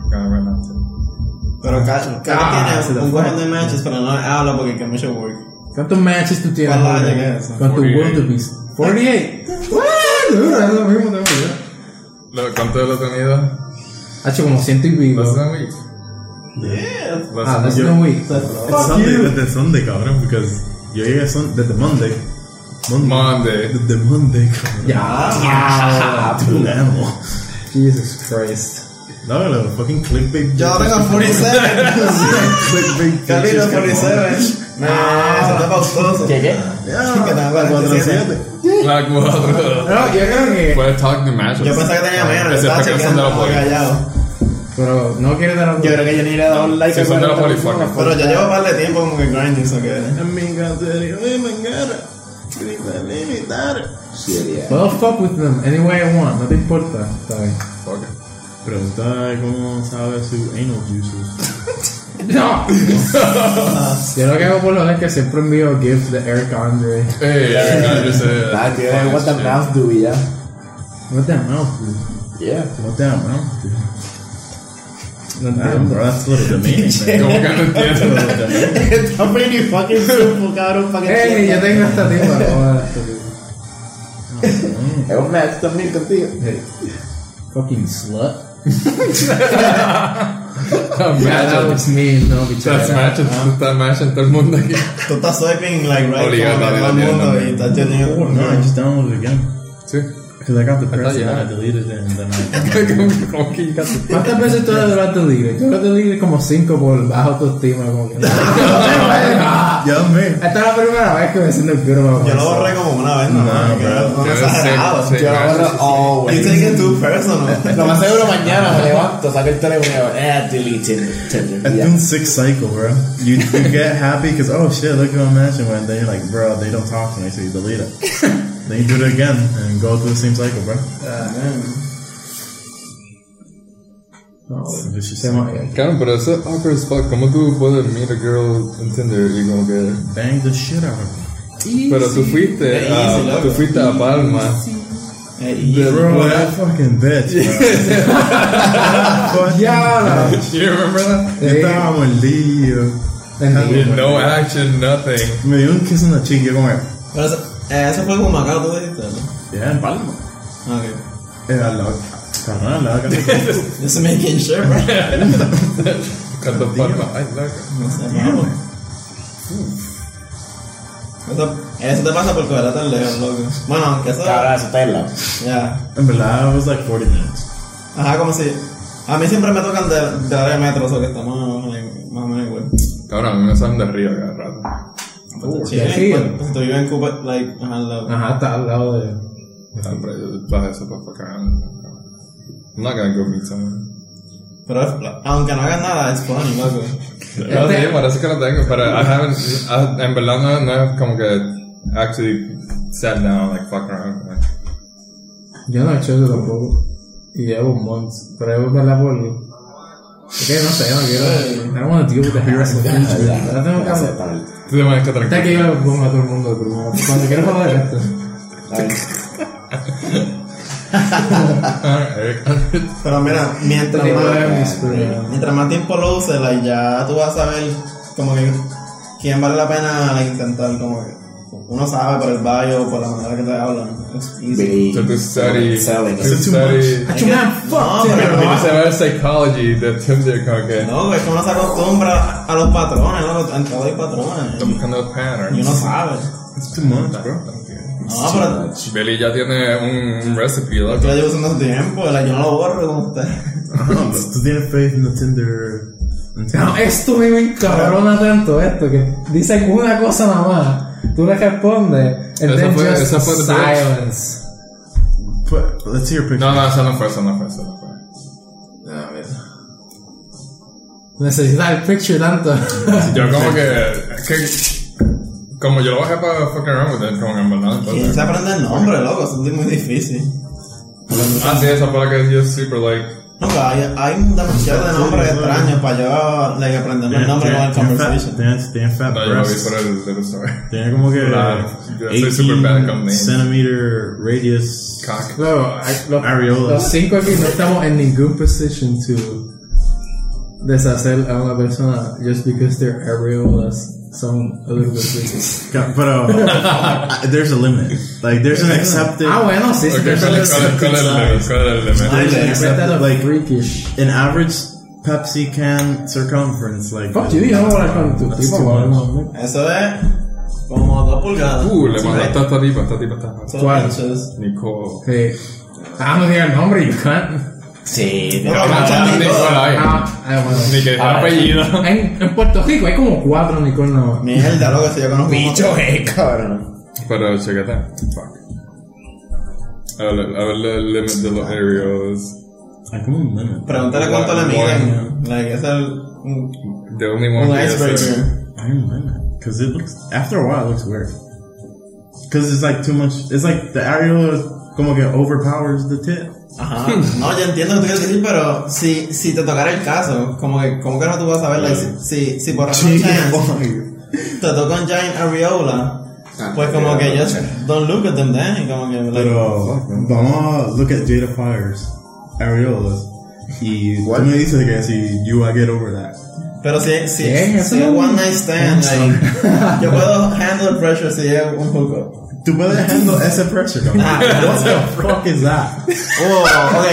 gonna run out. Pero Carlos Ah, se tiene lo un fue. cojón de matches, pero no habla porque que mucho work. ¿Cuántos matches tú tienes? ¿Cuál Jorge? llegué a eso? Con tu 48. wildebeest. 48. What? Duro, es lo mismo tengo yo. Lo- ¿Cuánto lo he tenido? Ha hecho Ah, como ciento y pico. Less than a week. Less Ah, than- that's yo- no week. It's Sunday, desde Sunday, cabrón, because yo llegué son, desde Monday. Monday. Monday. Desde Monday, cabrón. Ya. Te amo. Ah. Jesus Christ. No, lo fucking clickbait. Yo tengo 47. clickbait. Carlito, bitches que 47. No, eso está pausoso. ¿Qué qué? molan. Que Ya, nada, 47. 47. La cuatro. No, yo creo que. Puedes talk to matches. Yo pensaba que tenía menos, Ese estaba fue que son de chequeando la como body. callado. Pero no quiere dar Yo creo que yo ni le he dado un like Sí, a son de la cuarenta body, personas. fuck. Pero yo llevo un par de tiempo como que grinding, so que... Amiga, te digo, ay, mangara. Grita, limitar. Shit, yeah. Well, fuck with them any way I want, no te importa. Está bien. Fuck it. Pregunta cómo sabe su anal juices. No. Yo lo que hago por lo menos es que siempre envío gifs de Eric Andre. Hey, Eric Anderson. Nah, Ah, tío, eh, what the mouth do, ya. What the mouth, dude? Yeah. What the hell, dude? No Damn, entiendo. Ah, bro, that's a little demeaning, man. ¿Cómo que no entiendo? Little demeaning. Está pretty fucking simple, cabrón, para Hey, yo tengo esta tipa. joder. Mm. Es un match también contigo. Hey. Fucking slut. Yeah, that Matches. was mean, no, Estás bichara. matching, estás matching todo el mundo aquí. Tú estás swiping, like, right Obligado, como que todo el obligado, mundo obligado. y estás teniendo... Oh, no, I just downloaded it again. Sí. Because I got the thought press you and then I had deleted it and then I. ¿Cómo- ¿Cómo que llegaste? ¿Cuántas veces tú le das delete? Yo le delete como 5 por baja autoestima. Como que. Ah, Yeah, man. Esta es la primera vez que me siento el Yo lo borré como una vez, no, no, no, Debe ser- exagerado. sí, Yo lo matches, agarro sí. always. You take it too personal. Lo más seguro mañana me levanto, saco el teléfono y digo, eh, deleted Tinder. It's Yeah. been six cycle, bro. You, you get happy because oh shit, look who I'm matching with. Then you're like, bro, they don't talk to me, so you delete it. then you do it again and go through the same cycle, bro. It's just Claro, pero eso es awkward as fuck. ¿Cómo tú puedes meet a girl en Tinder y como que... bang the shit out of them. Pero tú fuiste, a, Easy, loco. tú fuiste a Palma. Bro, Después- that fucking bitch, bro. That fucking Ya, bitch. You remember that? Sí. Yo estaba molido. Bendito. No action, nothing. Me dio un kiss on the cheek, yo como, Pero eso, eh, eso fue como Macao, tú dijiste, ¿no? Ah, yeah, en palma. Ok. Era la... Cabrón, la cara. Just making sure, bro. Cuando Palma, ay, loco. Eso, eso te pasa por era tan lejos, loco. Bueno, aunque eso. Cabrón, eso está en la. Ya. En verdad, I was like 40 minutes. Ajá, como si. A mí siempre me tocan de- del área metro, eso que está más o menos más o menos igual. Cabrón, a mí me salen de río cada rato. Pues, sí. Chile, pues, tú vives en Cuba, like, ajá, al lado. Ajá, está al lado de. Hombre, yo bajo eso para acá. I'm not gonna go meet someone. Pero es- aunque no hagas nada, es funny, loco. No, sí, parece que lo tengo, pero I haven't, I- en verdad no, no es como que actually sat down, like fuck around. like, Yo no he hecho eso tampoco. Y llevo months. Pero es verdad por. Es que no sé, no quiero. Eh. I don't wanna deal with the harassment. No tengo que hacer. Tú te manejas Está que tranquilo. yo le pongo a todo el mundo de primero. Cuando quiero joder esto. Ah, Eric. Pero mira, mientras Tengo más. de mis primero. Este, Mientras más tiempo lo uses, like, ya tú vas a saber como que quién vale la pena like, intentar como que uno sabe por el barrio, por la manera que te hablan. Es easy. So to study, Selling. to Is it too study, Acho, man, fuck, No, sí, pero- pero- to study psychology, the terms are como que No, es que uno se acostumbra a los patrones, a los- a todos los patrones. estamos buscando Y patterns. uno sabe. It's too much, bro. No, pero Belly ya tiene un, un recipe, yo loco. lo llevo usando tiempo, like, yo no lo borro como usted. Ah, but tú tienes faith en the Tinder. en Tinder. No, esto a mí me encabrona tanto esto que dicen una cosa nada más, tú le respondes, and Esa then fue- just esa fue de Twitch. silence. But let's hear your picture. No, no, eso no fue, eso no fue, eso no fue. Ah, mira. Necesitas el picture tanto. Yo como que, que como yo lo bajé para fucking around with it, como que en verdad. Y entonces- se aprende el nombre, loco, eso es muy difícil. Ah, sí, esa fue la que yo super like. No, pero hay, hay demasiados de nombres extraños para yo like, aprenderme el nombre con el Tiene- tiene fat- conversation. tiene- tiene fat No, yo lo vi breasts. por el de saber. Tiene como que Claro, yo soy 18 super bad con names. centimeter radius. Cock. Luego, hay- los, Areolas. los cinco aquí no estamos en ningún position to deshacer a una persona just because their areolas son a little bit bigger. Ca- Pero uh, there's a limit. Like there's an accepted. Ah, bueno, sí, sí. Ok, ¿cuál es cuál es- cuál es el limit? ¿Cuál es el limit? There's an like accepted like freakish. an average Pepsi can circumference like. Fuck you, yo no voy a hablar con tu That's tipo. too no, much. no. Eso es como dos pulgadas. Uh, le mandaste a esta tipa, esta tipa está. ¿Cuál? ¿Cuál? No, Nicole. Sí. Ah, no diga el nombre, you cunt. Sí, pero pero- Ah, hay Nicole, dos. ay. Ah, ah, bueno. Ni que el Ah, apellido. En, en Puerto Rico hay como cuatro Nicole nada más. Mierda, loco, si yo conozco como Bicho, tres. eh, cabrón. Pero chequete. Fuck. A ver, a ver el limit de los areas. Like como un limit. Pregúntale cuánto le miden. Like, es el. Un, The only one un que es el- icebreaker. I don't mind that because it looks after a while it looks weird. Because it's like too much. It's like the areola como que overpowers the tip. Ajá. No, yo entiendo lo que tú quieres decir, pero si, si te tocara el caso, como que, como que no tú vas a saber, like, si, si, si por razón chance te toca un giant areola, pues como que just don't look at them then, y como que, like, Pero vamos a look at Jada Fires areolas y tú me dices que si you I get over that. Pero si, si, Bien, eso si es no- one night stand, like, yo puedo handle pressure si es un hookup. Tú puedes handle ese pressure. cabrón. Ah, What the fuck is that? Oh, ok.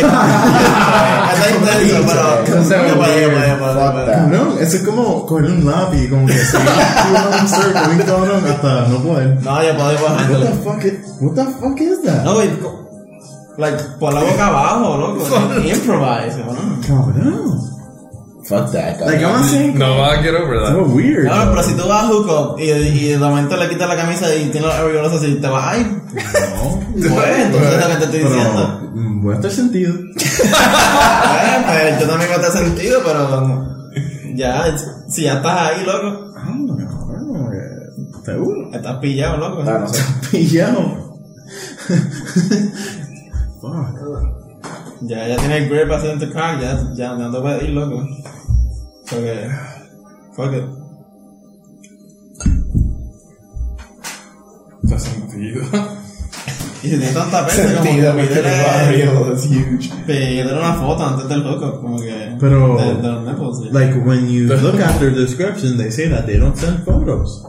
Está intenso, pero. Eso se ve Yo puedo, yo puedo, yo weird. puedo, yo puedo. No, eso es como coger un lápiz y como que seguir tú en un circle bien cabrón hasta no poder. No, yo puedo, yo puedo What the handle. fuck is, what the fuck is that? No, y. co- Like, por la boca abajo, loco. like, improvise, cabrón. Cabrón. Fuck that, Like I'm cabrón. not saying No va a get over that. so weird. Cabrón, pero si tú vas a hookup y, y de momento le quitas la camisa y tiene los areolas así, te vas, ay, No. pues, entonces es lo que te estoy diciendo. Pero mm, voy a estar sentido. Eh, pues, yo también me está sentido, pero. Ya, si ya estás ahí, loco. I don't know, cabrón, eh, Seguro. Estás pillado, loco. Ah, no sé. Pillado. Fuck. Ya, ya tienes grip así en tu car, ya, ya no te puedes ir, loco. Porque. Fuck it. Está sentido. Y si tienes tanta peste, como que Sentido, me tiene pídele, barrio, that's huge. pídele una foto antes del loco, como que. Pero- De, de los nipples, sí. Like when you look at their description, they say that they don't send photos.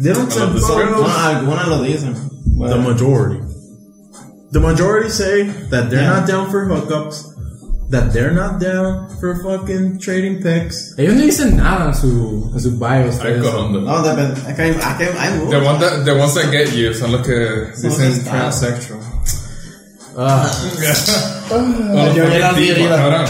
They don't love send the script. photos. Bueno, ah, algunas lo dicen. The Bueno, majority. The majority say that they're Yeah. not down for hookups, that they're not down for fucking trading pics. Ellos no dicen nada en su, en sus bios. por Hay eso. cojones. no, depende. Es que hay, es que hay The muchos. ones that, the ones that get you son los que dicen los estados. transsexual. Ah. Los yo vi la fucking tipos, vida. cabrón.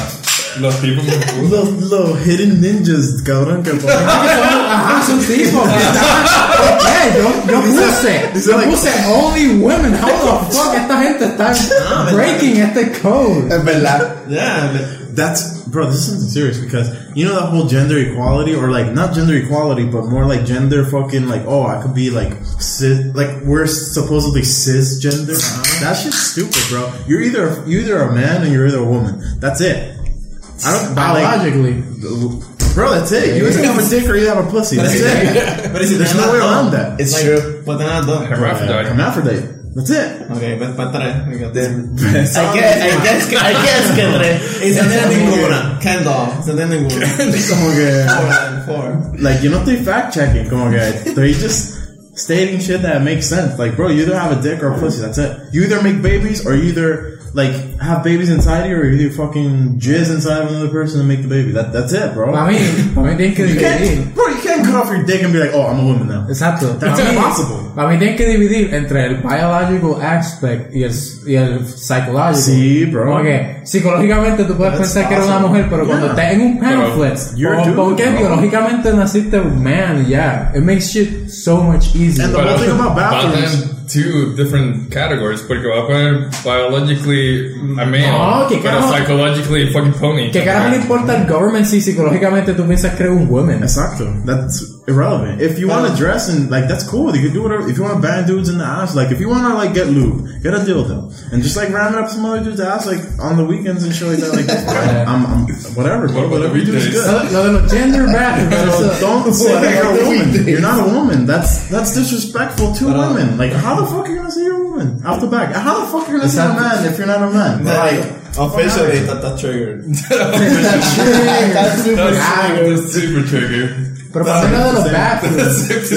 Los tipos me gustan. Los, los hidden ninjas, cabrón, que ponen. Ah, Ajá, son é tipos que estaban. Ok, yo, yo puse. é Yo puse only women. How the fuck esta gente está é- breaking este code. Es verdad. Ya, le- That's bro. This isn't serious because you know that whole gender equality or like not gender equality, but more like gender fucking like oh I could be like cis like we're supposedly cisgender. That shit's stupid, bro. You're either you're either a man or you're either a woman. That's it. I don't like, Biologically. bro. That's it. You either have a dick or you have a pussy. That's it. Pero si There's tienes no las way dos, around that. It's like, true. Pues tener las dos. Hermaphrodite. Hermaphrodite. That's it. Ok, pues para tres. fíjate. I guess, I guess, I guess que tres. Y si no tienes ninguna. Kendall. Si no tienes ninguna. Como que- Four, four. Like, yo no estoy fact checking, como que estoy just stating shit that makes sense. Like, bro, you either have a dick or a pussy. That's it. You either make babies or you either like have babies inside you, or you either fucking jizz inside of another person and make the baby. That that's it, bro. Para mí, para mí tienen que you dividir. can't, bro. You can't cut off your dick and be like, oh, I'm a woman now. Exacto. That's Para mí- impossible. Para mí tienen que dividir entre el biological aspect y el, y el psychological. Sí, bro. Como que psicológicamente tú puedes That's pensar que eres una awesome. mujer, pero cuando Yeah. estés en un pamphlet, you're a o dude, porque bro. biológicamente naciste un man, y ya. It makes shit so much easier. And the whole thing about bathrooms. Batman, two different categories, porque va a poner biologically a No, male, Mm. Oh, que but a carajo. psychologically fucking pony. ¿Qué carajo le importa el government si psicológicamente tú piensas que eres un woman? Exacto. That's irrelevant. If you want to dress and like, that's cool. You can do whatever. If you want to bang dudes in the ass, like, if you want to like get lube, get a dildo, and just like ram it up some other dude's ass, like on the weekends and shit like that. Like, that's fine. I'm, I'm whatever, bro. about Whatever the you do is weekdays? good. Lo, lo de los gender bathrooms. So eso- don't say that you're a woman. weekdays? You're not a woman. That's that's disrespectful to But, uh, women. Like, how the fuck are you gonna say you're a woman off the back? How the fuck are you gonna say a Exactly. man if you're not a man? Like, Officially, that, that's triggered. That's super Ah, That's super trigger. Pero para mí lo de los bathrooms.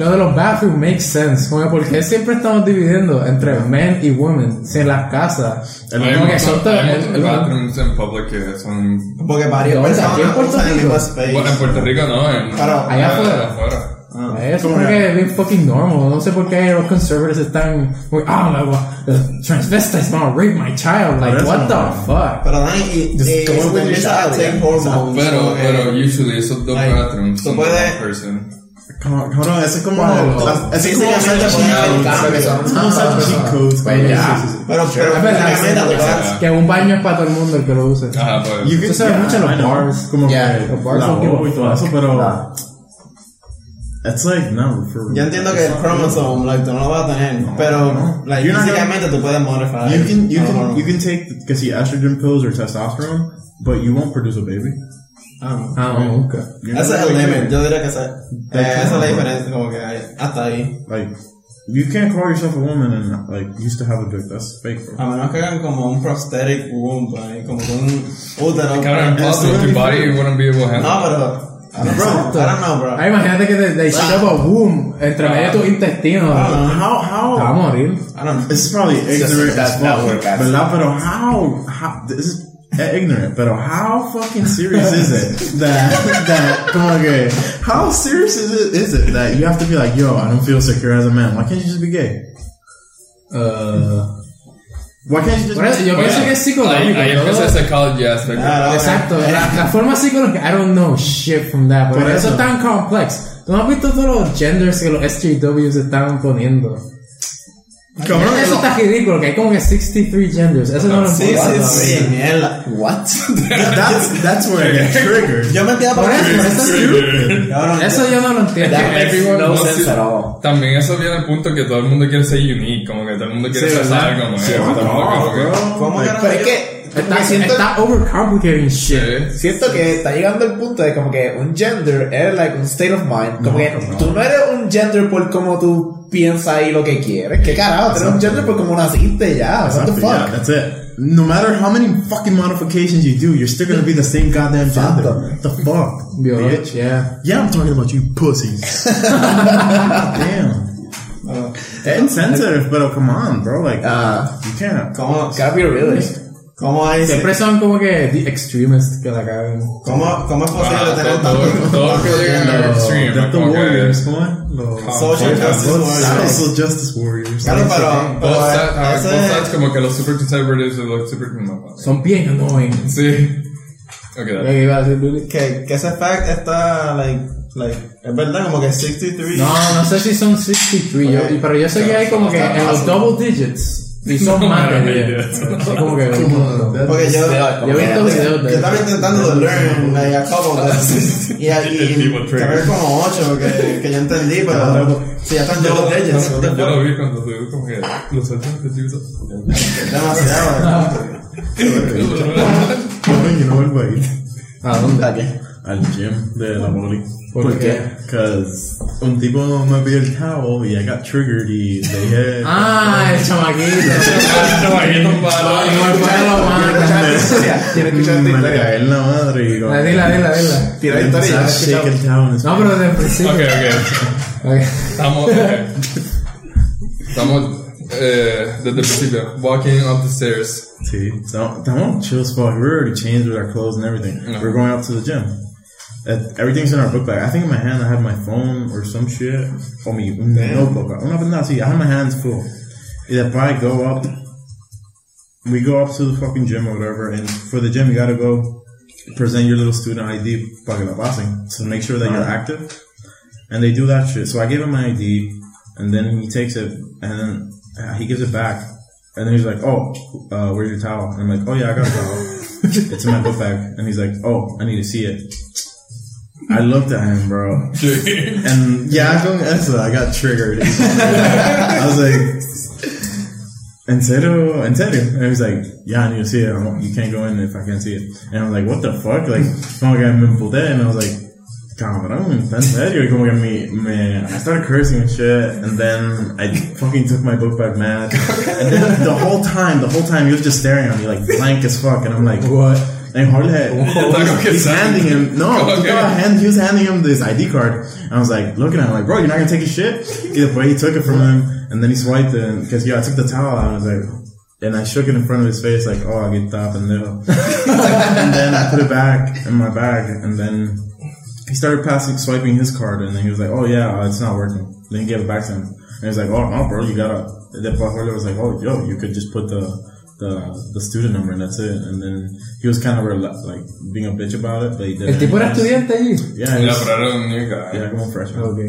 Lo de los bathrooms makes sense. Como que, ¿por qué siempre estamos dividiendo entre men y women si en las casas? Hay Como que son muchos- todos- hay el- muchos el- bathrooms en public que son... Porque varios ¿Dónde? ¿Aquí en personas Puerto usan el Rico? mismo space. Bueno, en Puerto Rico no, en... Claro, allá ah, afuera. afuera. Es Ah. como que es bien fucking normal. No sé por qué los conservadores están. como que, Ah, la- la- transvestites want to rape my child. Like, Pero what eso the no. fuck? Pero Dani, y, eh, este, Just y go with también your se child, hacen yeah. hormones. Pero, so, pero, eh, usually esos dos Ay, bathrooms tú son puedes- one person. come on, come on. Ese es como, Wow. ese es como Físicamente poner usar el cheat cambio, codes. Es como usar Ah, cheat codes. Pues ya. Sí, sí, sí. Pero, pero, Es verdad, físicamente sí, te sí, vas- sí. Que un baño es para todo el mundo el que lo use. Ajá, pues... You Tú sabes mucho los I know. bars. Como Yeah, que los bars la don't give a boba y todo eso, pero. Nah. It's like, no, for Yo entiendo que el chromosome, like, tú no lo vas a tener, pero, like, You're not gonna- físicamente tú puedes modificar. You can you a can hormone. you can take because see estrogen pills or testosterone, but you won't produce a baby. Oh, Ah, Ah, no, ok. You're Ese es not el gonna- limit, yo diría que esa, eh, esa es la diferencia, como que hay- hasta ahí. Like, you can't call yourself a woman and like used to have a dick. That's fake, bro. A menos que hagan como un prosthetic womb, ahí, como con un útero. É, Cabrón, impossible. Your body wouldn't be able to handle No, pero. I don't know, I don't know, bro. Ay, Ah, imagínate que te, te shove a boom entre medio de tus intestinos. Ah. How Te va a how morir. I don't know. this is probably ignorant that's as not fuck. what that's- But la- pero how how this is eh, ignorant, but how fucking serious is it that that come on, gay? How serious is it is it that you have to be like, yo, I don't feel secure as a man. Why can't you just be gay? Uh, Why can't you just? por eso, yo Bueno, pienso que es ahí- psicológico. Ahí todo. empieza el psychology aspect. Ah, no, Exacto, la, la forma psicológica. I don't know shit from that, pero Por eso eso. es tan complex. ¿Tú no has visto todos los genders que los SJWs estaban poniendo? Cabrón, eso no. está ridículo, que hay como que 63 genders. Eso no lo Sí, importa. sí, sí, mierda. What? that's that's where I get triggered. Yo me entiendo Por por eso, eso. eso, Cabrón, eso yo no lo entiendo. That makes everyone no wants sense to- at all. También eso viene al punto que todo el mundo quiere ser unique, como que todo el mundo quiere Sí, ser né? ¿verdad? algo nuevo. Fuck off, como que- bro. ¿Cómo Like, carajo? Pero es que Está, me siento, está overcomplicating shit. Sí. siento que está llegando el punto de como que un gender es like un state of mind. Como que tú no eres un gender por como tú piensas y lo que quieres. ¿Qué carajo? Tú eres un gender por como naciste ya. What the Exactly, fuck? yeah, that's it. No matter how many fucking modifications you do, you're still gonna be the same goddamn gender. Exacto. The fuck, Biología. bitch. Yeah, I'm talking about you pussies. Damn. That's Uh, insensitive, but oh, come on, bro. Like, Ah, you can't. ¿Cómo, gotta be realist. cómo hay, Siempre son como que the extremists que la cagan. cómo, cómo es posible Ah, tener todo- tanto? Todo lo que llega en né? el extreme. That the né? como que- é warriors, come on. Los Social justice warriors. social justice warriors. Claro, pero, Both sides, pero é- ah, both sides, ese, como que los super conservatives y los super... no, Son bien annoying. Sí. Ok, dale. ¿Qué iba a decir, Luli? que, que ese fact está, like, like, es verdad, como que 63. No, no sé si son 63, yo- Ok. pero yo sé que hay como que en los Fácil. double digits y son No, más de no, 10. no, no. Es como que That- Porque yo, Yo he visto videos yo de estaba intentando de learn, like, a couple of this. Y ahí, creo como 8 que, que yo entendí, pero, si ya están todos de ellos, é Yo lo vi cuando te digo como que é? los alternativos. demasiado. Going, you know what, like, ¿A dónde? al gym de la boli. ¿Por, ¿Por qué? qué? Cause un tipo me pidió el towel y I got triggered y le dije Ah, el chamaquito. Chamaquito, Ay, un balón. no, el pelo, man. Historia. Quiero escuchar esta historia. Caer en la madre y como. La dila, dila, dila. Tira la historia y ya la Empezar a shake escuchamos. it down. No, pero desde el principio. Ok, ok. Ok. Estamos. ok. Estamos eh, desde el principio. Walking up the stairs. See, so that one chill as fuck. We already changed with our clothes and everything. Yeah. We're going out to the gym. Uh, everything's in our book bag. I think in my hand I had my phone or some shit. Oh, me, una notebook. Oh, no, but not see. I had my hands full. If I go up, we go up to the fucking gym or whatever, and for the gym you gotta go present your little student ID para que la pasen, to make sure that you're active. And they do that shit. So I gave him my ID, and then he takes it, and then uh, he gives it back. And then he's like, oh, uh, where's your towel? And I'm like, oh yeah, I got a towel. it's in my book bag. And he's like, oh, I need to see it. I looked at him, bro. And yeah, I'm going Essa, I got triggered. I was like, En serio, en serio. And he's like, yeah, I need to see it. I won't- You can't go in if I can't see it. And I'm like, what the fuck? Like, como que me emputé. And I was like, cabrón, en serio. Y como que me, me, I started cursing and shit. And then I fucking took my book bag mad. And then the whole time, the whole time, he was just staring at me like blank as fuck. And I'm like, what? And Jorge, he's handing him, no, tú Okay. estabas hand, he was handing him this ID card. And I was like, looking at him, like, bro, you're not gonna take his shit? Either way, he took it from him, and then he swiped it, because, yeah, I took the towel out, and I was like, and I shook it in front of his face, like, oh, I'll get top and little. and then I put it back in my bag, and then he started passing, swiping his card, and then he was like, oh, yeah, uh, it's not working. Then he gave it back to him. And he was like, oh, no, bro, you gotta, and then Pajole was like, oh, yo, you could just put the, the, the student number and that's it. And then he was kind of rela- like being a bitch about it, but he did El it tipo era anyways. estudiante allí. Yeah, he Mira, was, pero era un new guy. yeah, como freshman. Ok.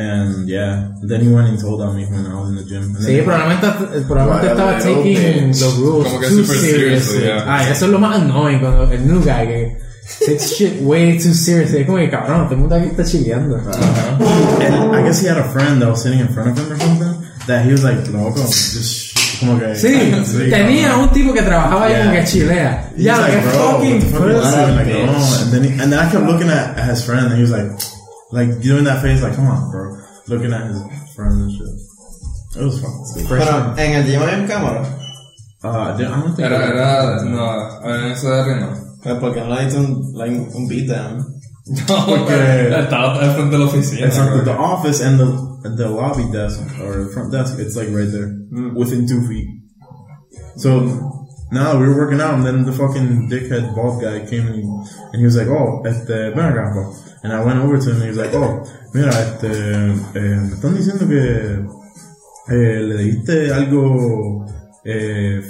And yeah, then he went and told on me when I was in the gym. And Sí, then- probablemente, probablemente Vale, estaba ok. taking los rules Como que too super seriously. seriously, yeah. Ay, eso es lo más annoying cuando el new guy que takes shit way too seriously. Es como que cabrón, todo el mundo aquí está chileando. Ah, and I guess he had a friend that was sitting in front of him or something that he was like, loco, just come on, guys. Sí, tenía un tipo que trabajaba ahí Yeah. como que chilea. He's Ya, like, que bro, what the fucking fuck are you person. doing? Like, no. And then, he, and then I kept looking at, at his friend, and he was like, like doing that face, like, come on, bro, looking at his friend and shit. It was fun. Pero en el gym hay un cámara. Uh, I don't think. Era, era, no, en ese área no. Pues porque no hay un, like, un beatdown. No, Porque- estaba al frente de la oficina. It's like bro. the office and the the lobby desk or the front desk. It's like right there, within two feet. So now we were working out, and then the fucking dickhead bald guy came and, and he was like, "Oh, at the Benagrampo. and I went over to him, and he was like, "Oh, mira, este, eh, me están diciendo que eh, le dijiste algo." Eh,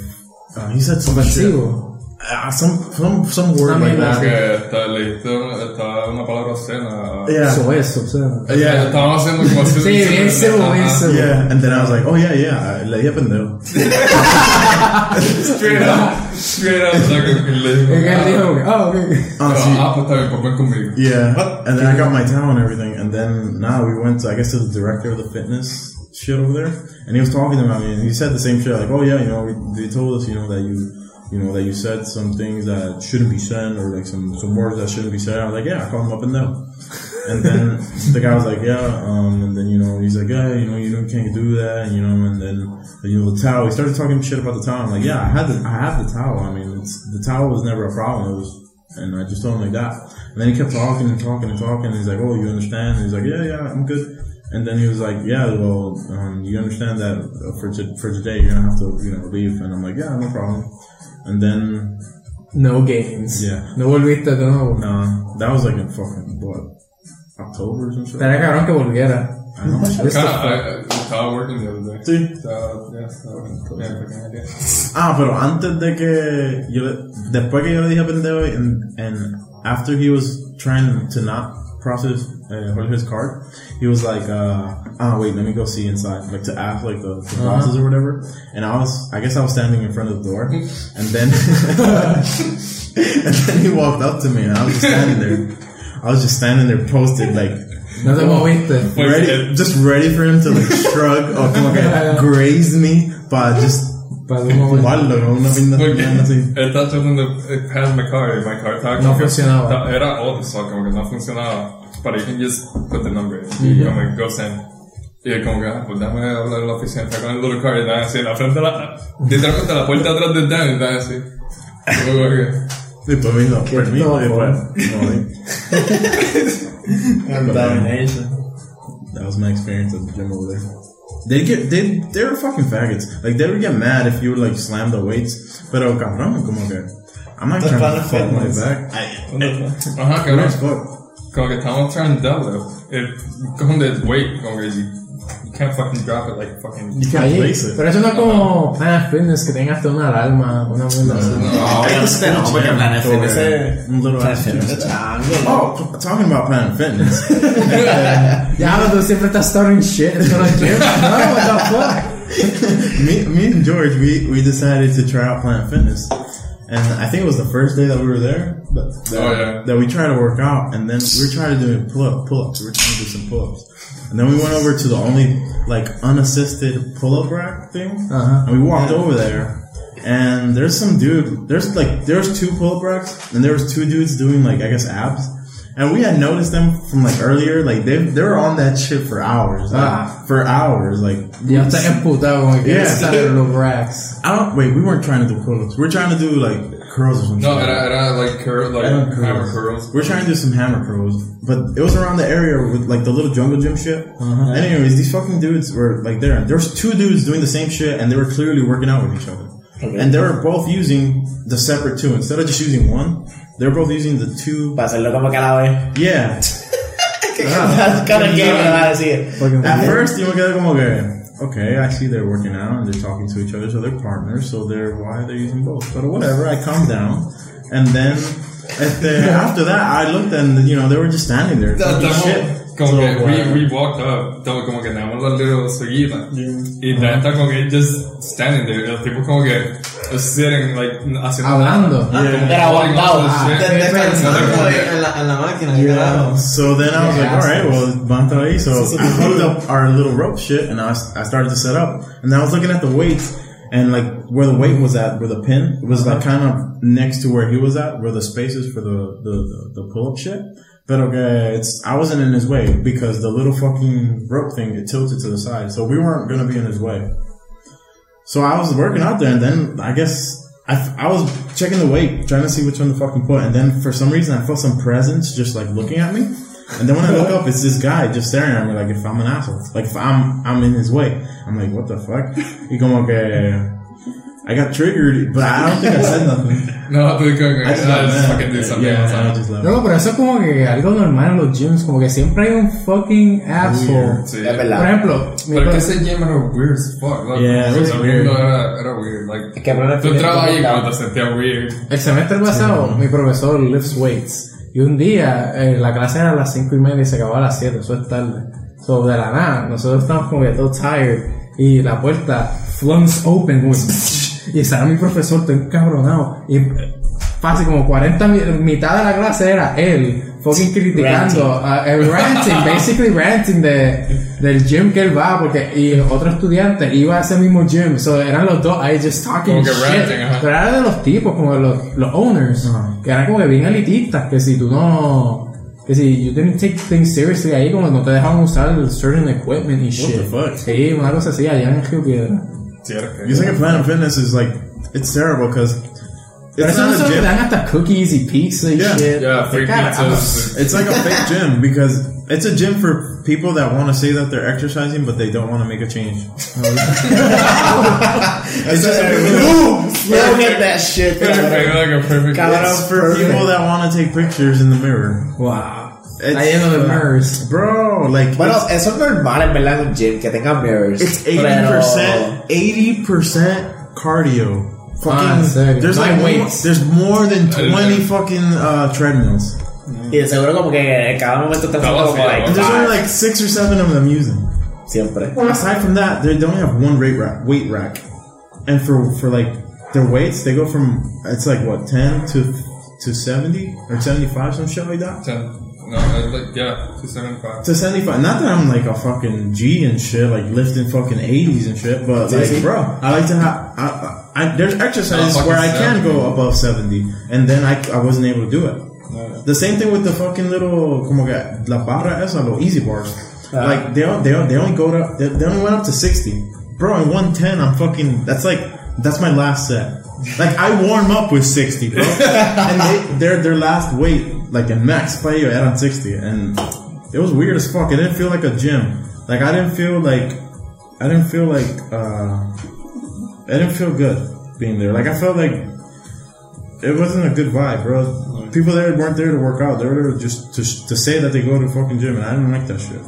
uh, he said some shit. Ofensivo. Ah, some some some word like También that. Porque está- le diste una- estaba una palabra obscena. Yeah, Eso es, o sea. yeah. Estábamos haciendo como si- Sí, bien cebo, bien cebo. Yeah, and then I was like, oh yeah, yeah, le di a pendejo. Straight up, straight up. o sea, que- que le dijo, El que él dijo, ah, como que, ah, ok. Ah, pero, sí. ah, pues está bien, pues ven conmigo. Yeah, and then I got my towel and everything, and then now we went to I guess to the director of the fitness shit over there, and he was talking about me, and he said the same shit like, oh yeah, you know, we, they told us, you know, that you, you know, that you said some things that shouldn't be said, or like some some words that shouldn't be said. I was like, yeah, I called him up and down, and then the guy was like, yeah, um, and then you know, he's like, yeah, you know, you don't, can't do that, you know, and then you know the towel. He started talking shit about the towel. I'm like, yeah, I had the I have the towel. I mean, it's, the towel was never a problem. It was and I just told him like that. And then he kept talking and talking and talking. And he's like, "Oh, you understand?" And he's like, "Yeah, yeah, I'm good." And then he was like, "Yeah, well, um, you understand that uh, for to- for today, you're gonna have to you know leave." And I'm like, "Yeah, no problem." And then No games. Yeah. No volviste de nuevo. nah, uh, that was like in fucking what October or some shit. Estaría cabrón que volviera. I don't know. Just Kind the of, fuck. I, I eh, estaba working the other day. Sí. Estaba, ya, estaba working. Yeah, pequeña idea. Ah, pero antes de que yo le, después que yo le dije pendejo and, and after he was trying to not process uh, hold his card, he was like, uh, ah, wait, let me go see inside, like to ask like the, the bosses or whatever. And I was, I guess I was standing in front of the door, and then and then he walked up to me, and I was just standing there. I was just standing there, posted like No te moviste. Pues, ready, eh, just ready for him to like shrug or como que graze me, but just. Para un momento. Malo, ¿no? Una pinta Porque una así. él estaba tratando de pass my car y my car estaba como No que- funcionaba. ta- Era old as fuck, como que no funcionaba. Pero you can just put the number in. Mhm. Y como que go send. Y él como que, ah, pues dame a hablar en la oficina. Está con el little car y dan así, la frente a la... Literalmente a la puerta atrás de Dan y dan así. Muy bueno. Después me dijo, Qué permiso, loco. después. No, like, Domination. that was my experience at the gym over there. They get they they were fucking faggots. Like they would get mad if you would like slam the weights. But oh cabrón, como que I'm not That's trying to not fuck my fitness. back. I, Ajá, I, cabrón. as fuck. Como que estamos trying to deadlift. It, como de weight, como que you, you can't fucking drop it like fucking. You can't Ahí, place it. pero eso no es como Planet Fitness que tengas hasta una alarma, una mierda así. obviamente no, porque Planet Or, Fitness es- um, little Planet ass Fitness es dudes. chango. Oh, t- talking about Planet Fitness. Ya, pero tú siempre estás starting shit. It's gonna kill. No, what the fuck? me, me and George, we, we decided to try out Planet Fitness. And I think it was the first day that we were there but that, Oh, yeah. that we tried to work out. And then we were trying to do pull up, pull ups. We were trying to do some pull ups. And then we went over to the only like unassisted pull up rack thing. Uh-huh. And we walked over there. And there's some dude. There's like there's two pull up racks, and there was two dudes doing like I guess abs. And we had noticed them from like earlier. Like they they were on that shit for hours. Like, Ah. For hours. Like Ya estás emputado con que um Yeah. estar en los racks. I don't wait. We weren't trying to do pull-ups. We We're trying to do like curls or something. No, era, era like curl, like Hammer curls. hammer curls. We're trying to do some hammer curls, but it was around the area with like the little jungle gym shit. Anyways, these fucking dudes were like there. and There's two dudes doing the same shit, and they were clearly working out with each other. And they were both using the separate two instead of just using one. They were both using the two. Para hacerlo como que a la vez. Yeah. That's kind of game, me va a decir. É At first, you look at it como que, okay, I see they're working out and they're talking to each other, so they're partners, so they're why they're using both. But whatever, I calm down, and then at the- after that, I looked and you know they were just standing there talking shit. Estamos, como So, uh, que we, we walked up, estamos como que damos la little seguida. Y Dan está como que just standing there, el tipo como que sitting, like, é. haciendo. Ah, Hablando. como Yeah. que Pero holding aguantado. on to Ah, shit. Te- Como Descansando que- en la, en la máquina, ¿qué Yeah. carajo? So then I was like, all right, well, Banto ahí. So I hooked up our little rope shit, and I, s- I started to set up. And I was looking at the weights, and like where the weight was at, where the pin was like kind of next to where he was at, where the space is for the the, the, the pull up shit. But okay, it's I wasn't in his way because the little fucking rope thing it tilted to the side, so we weren't gonna be in his way. So I was working out there, and then I guess I, I was checking the weight, trying to see which one to fucking put. And then for some reason, I felt some presence just like looking at me. And then when I look up, it's this guy just staring at me like if I'm an asshole, like if I'm I'm in his way. I'm like, what the fuck? He come okay. I got triggered, but I don't think I said nothing. No, tú como que, I just "Ah, got just mad. fucking do something Yeah, else. and I just left. No, pero eso es como que algo normal en los gyms, como que siempre hay un fucking asshole. Sí. Es verdad. Por ejemplo, mi Pero que pro- ese gym era weird as fuck. loco. Yeah, it was Todo el weird. mundo Era, era weird. Like, Es que Planet tú Fitness entrabas ahí y está- cuando te sentías weird. el semestre pasado, mi profesor lifts weights. Y un día, eh, la clase era a las 5 y media y se acababa a las 7, eso es tarde. So, de la nada, nosotros estamos como que todos tired. Y la puerta flunks open, como que, y estaba mi profesor, todo encabronado. Y eh, fácil, como 40, mi- mitad de la clase era él, fucking criticando, ah, eh, ranting, basically ranting de, del gym que él va, porque, y otro estudiante iba a ese mismo gym, so eran los dos ahí just talking Como que shit. ranting, ajá. Pero era de los tipos, como de los, los owners, que eran como que bien elitistas, que si tú no. Que si you didn't take things seriously ahí, como no te dejaban usar el certain equipment y shit. the fuck? Sí, una cosa así, allá en Río Piedra. Sí, era que- You think a Planet Fitness is like it's terrible because Pero it's eso no not a solo te gym. dan hasta cookies y pizza y Yeah. shit. Yeah, free Cara, pizzas. It's like a fake gym because it's a gym for people that want to say that they're exercising but they don't want to make a change. it's just for people, Look at that shit, Perfect, cabrón. like a perfect. Cabrón, it's for people that want to take pictures in the mirror. Wow. Está It's- uh, lleno de mirrors. Bro, like Bueno, eso es normal en verdad en un gym, que tengan mirrors. it's eighty pero- percent, eighty percent cardio. Ah, en serio. Fucking, there's No hay like more, weights. there's more than twenty fucking uh, treadmills. Y de seguro como que en cada momento te Estaba haciendo como feo, like, ¿no? And there's five. only like six or seven of them using. Siempre. Aside from that, they they only have one rate rack, weight rack, and for for like their weights, they go from it's like what ten to to seventy or seventy five, some shit like that. Ten. No, it's like, yeah, 275. To seventy five. Not that I'm like a fucking G and shit, like lifting fucking eighties and shit, but like, bro, I like to have. I, I, I, there's exercises Not fucking where I can 70. go above seventy, and then I, I wasn't able to do it. The same thing with the fucking little como que la barra esa, los easy bars. Like they on- they on- they only go to they, they only went up to sixty, bro. In one ten, I'm fucking. That's like That's my last set. Like I warm up with 60, bro. and they, their their last weight, like in max play, you add on 60, and it was weird as fuck. It didn't feel like a gym. Like I didn't feel like I didn't feel like uh, I didn't feel good being there. Like I felt like it wasn't a good vibe, bro. People there weren't there to work out. They were there just to, to say that they go to fucking gym, and I didn't like that shit.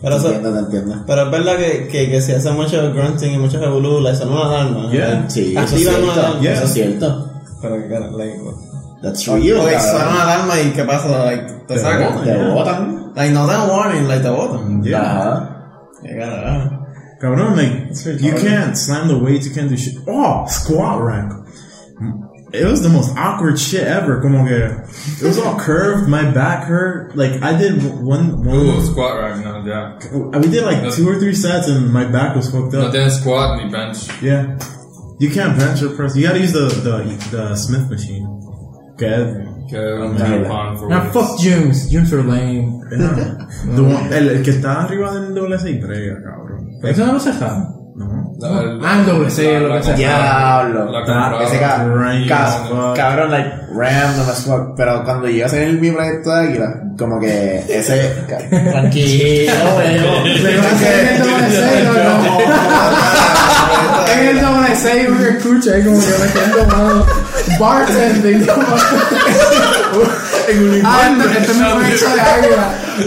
Pero, eso- entiendo, te entiendo. pero es verdad que, que, que si hacen mucho grunting y mucho revolú, like, son ¿eh? unas almas. Yeah. Sí, eso es Activan una cierto. alarma. Yeah. Eso es cierto. Pero que cara, like, what? That's Oh, real. Like, cabrón. suena una alarma y ¿qué pasa? Like, te sacan. Te botan. Like, no dan warning, like, te botan. Yeah. Ajá. Qué carajo. Cabrón, like, pretty you hard. can't slam the weights, you can't do shit. Oh, squat rack. It was the most awkward shit ever. Come on, here. It was all curved. My back hurt. Like I did one, Ooh, one. squat rack, no, yeah. We did like two or three sets, and my back was fucked No, up. then squat and bench. Yeah, you can't bench or press. You gotta use the the, the Smith machine. Okay. Que Oh, un ping-pong for Now fuck gyms. Gyms are lame. The one, el, el que está arriba del doble se entrega, cabrón. Eso no lo cerraron. No. Ah, en doble C, lo que sea. Diablo. La Ah, ese ca- compraba. Right ca- as fuck. cabrón, like, random as fuck. Pero cuando yo a hacer el- mi proyecto de Águila, como que ese. ca- Tranquilo, weón. Pero va a ser en el doble C, no, no. En el doble C uno que escucha ahí como que me están tomando um bartending. como- um Ah, anda, que este es mi proyecto de águila.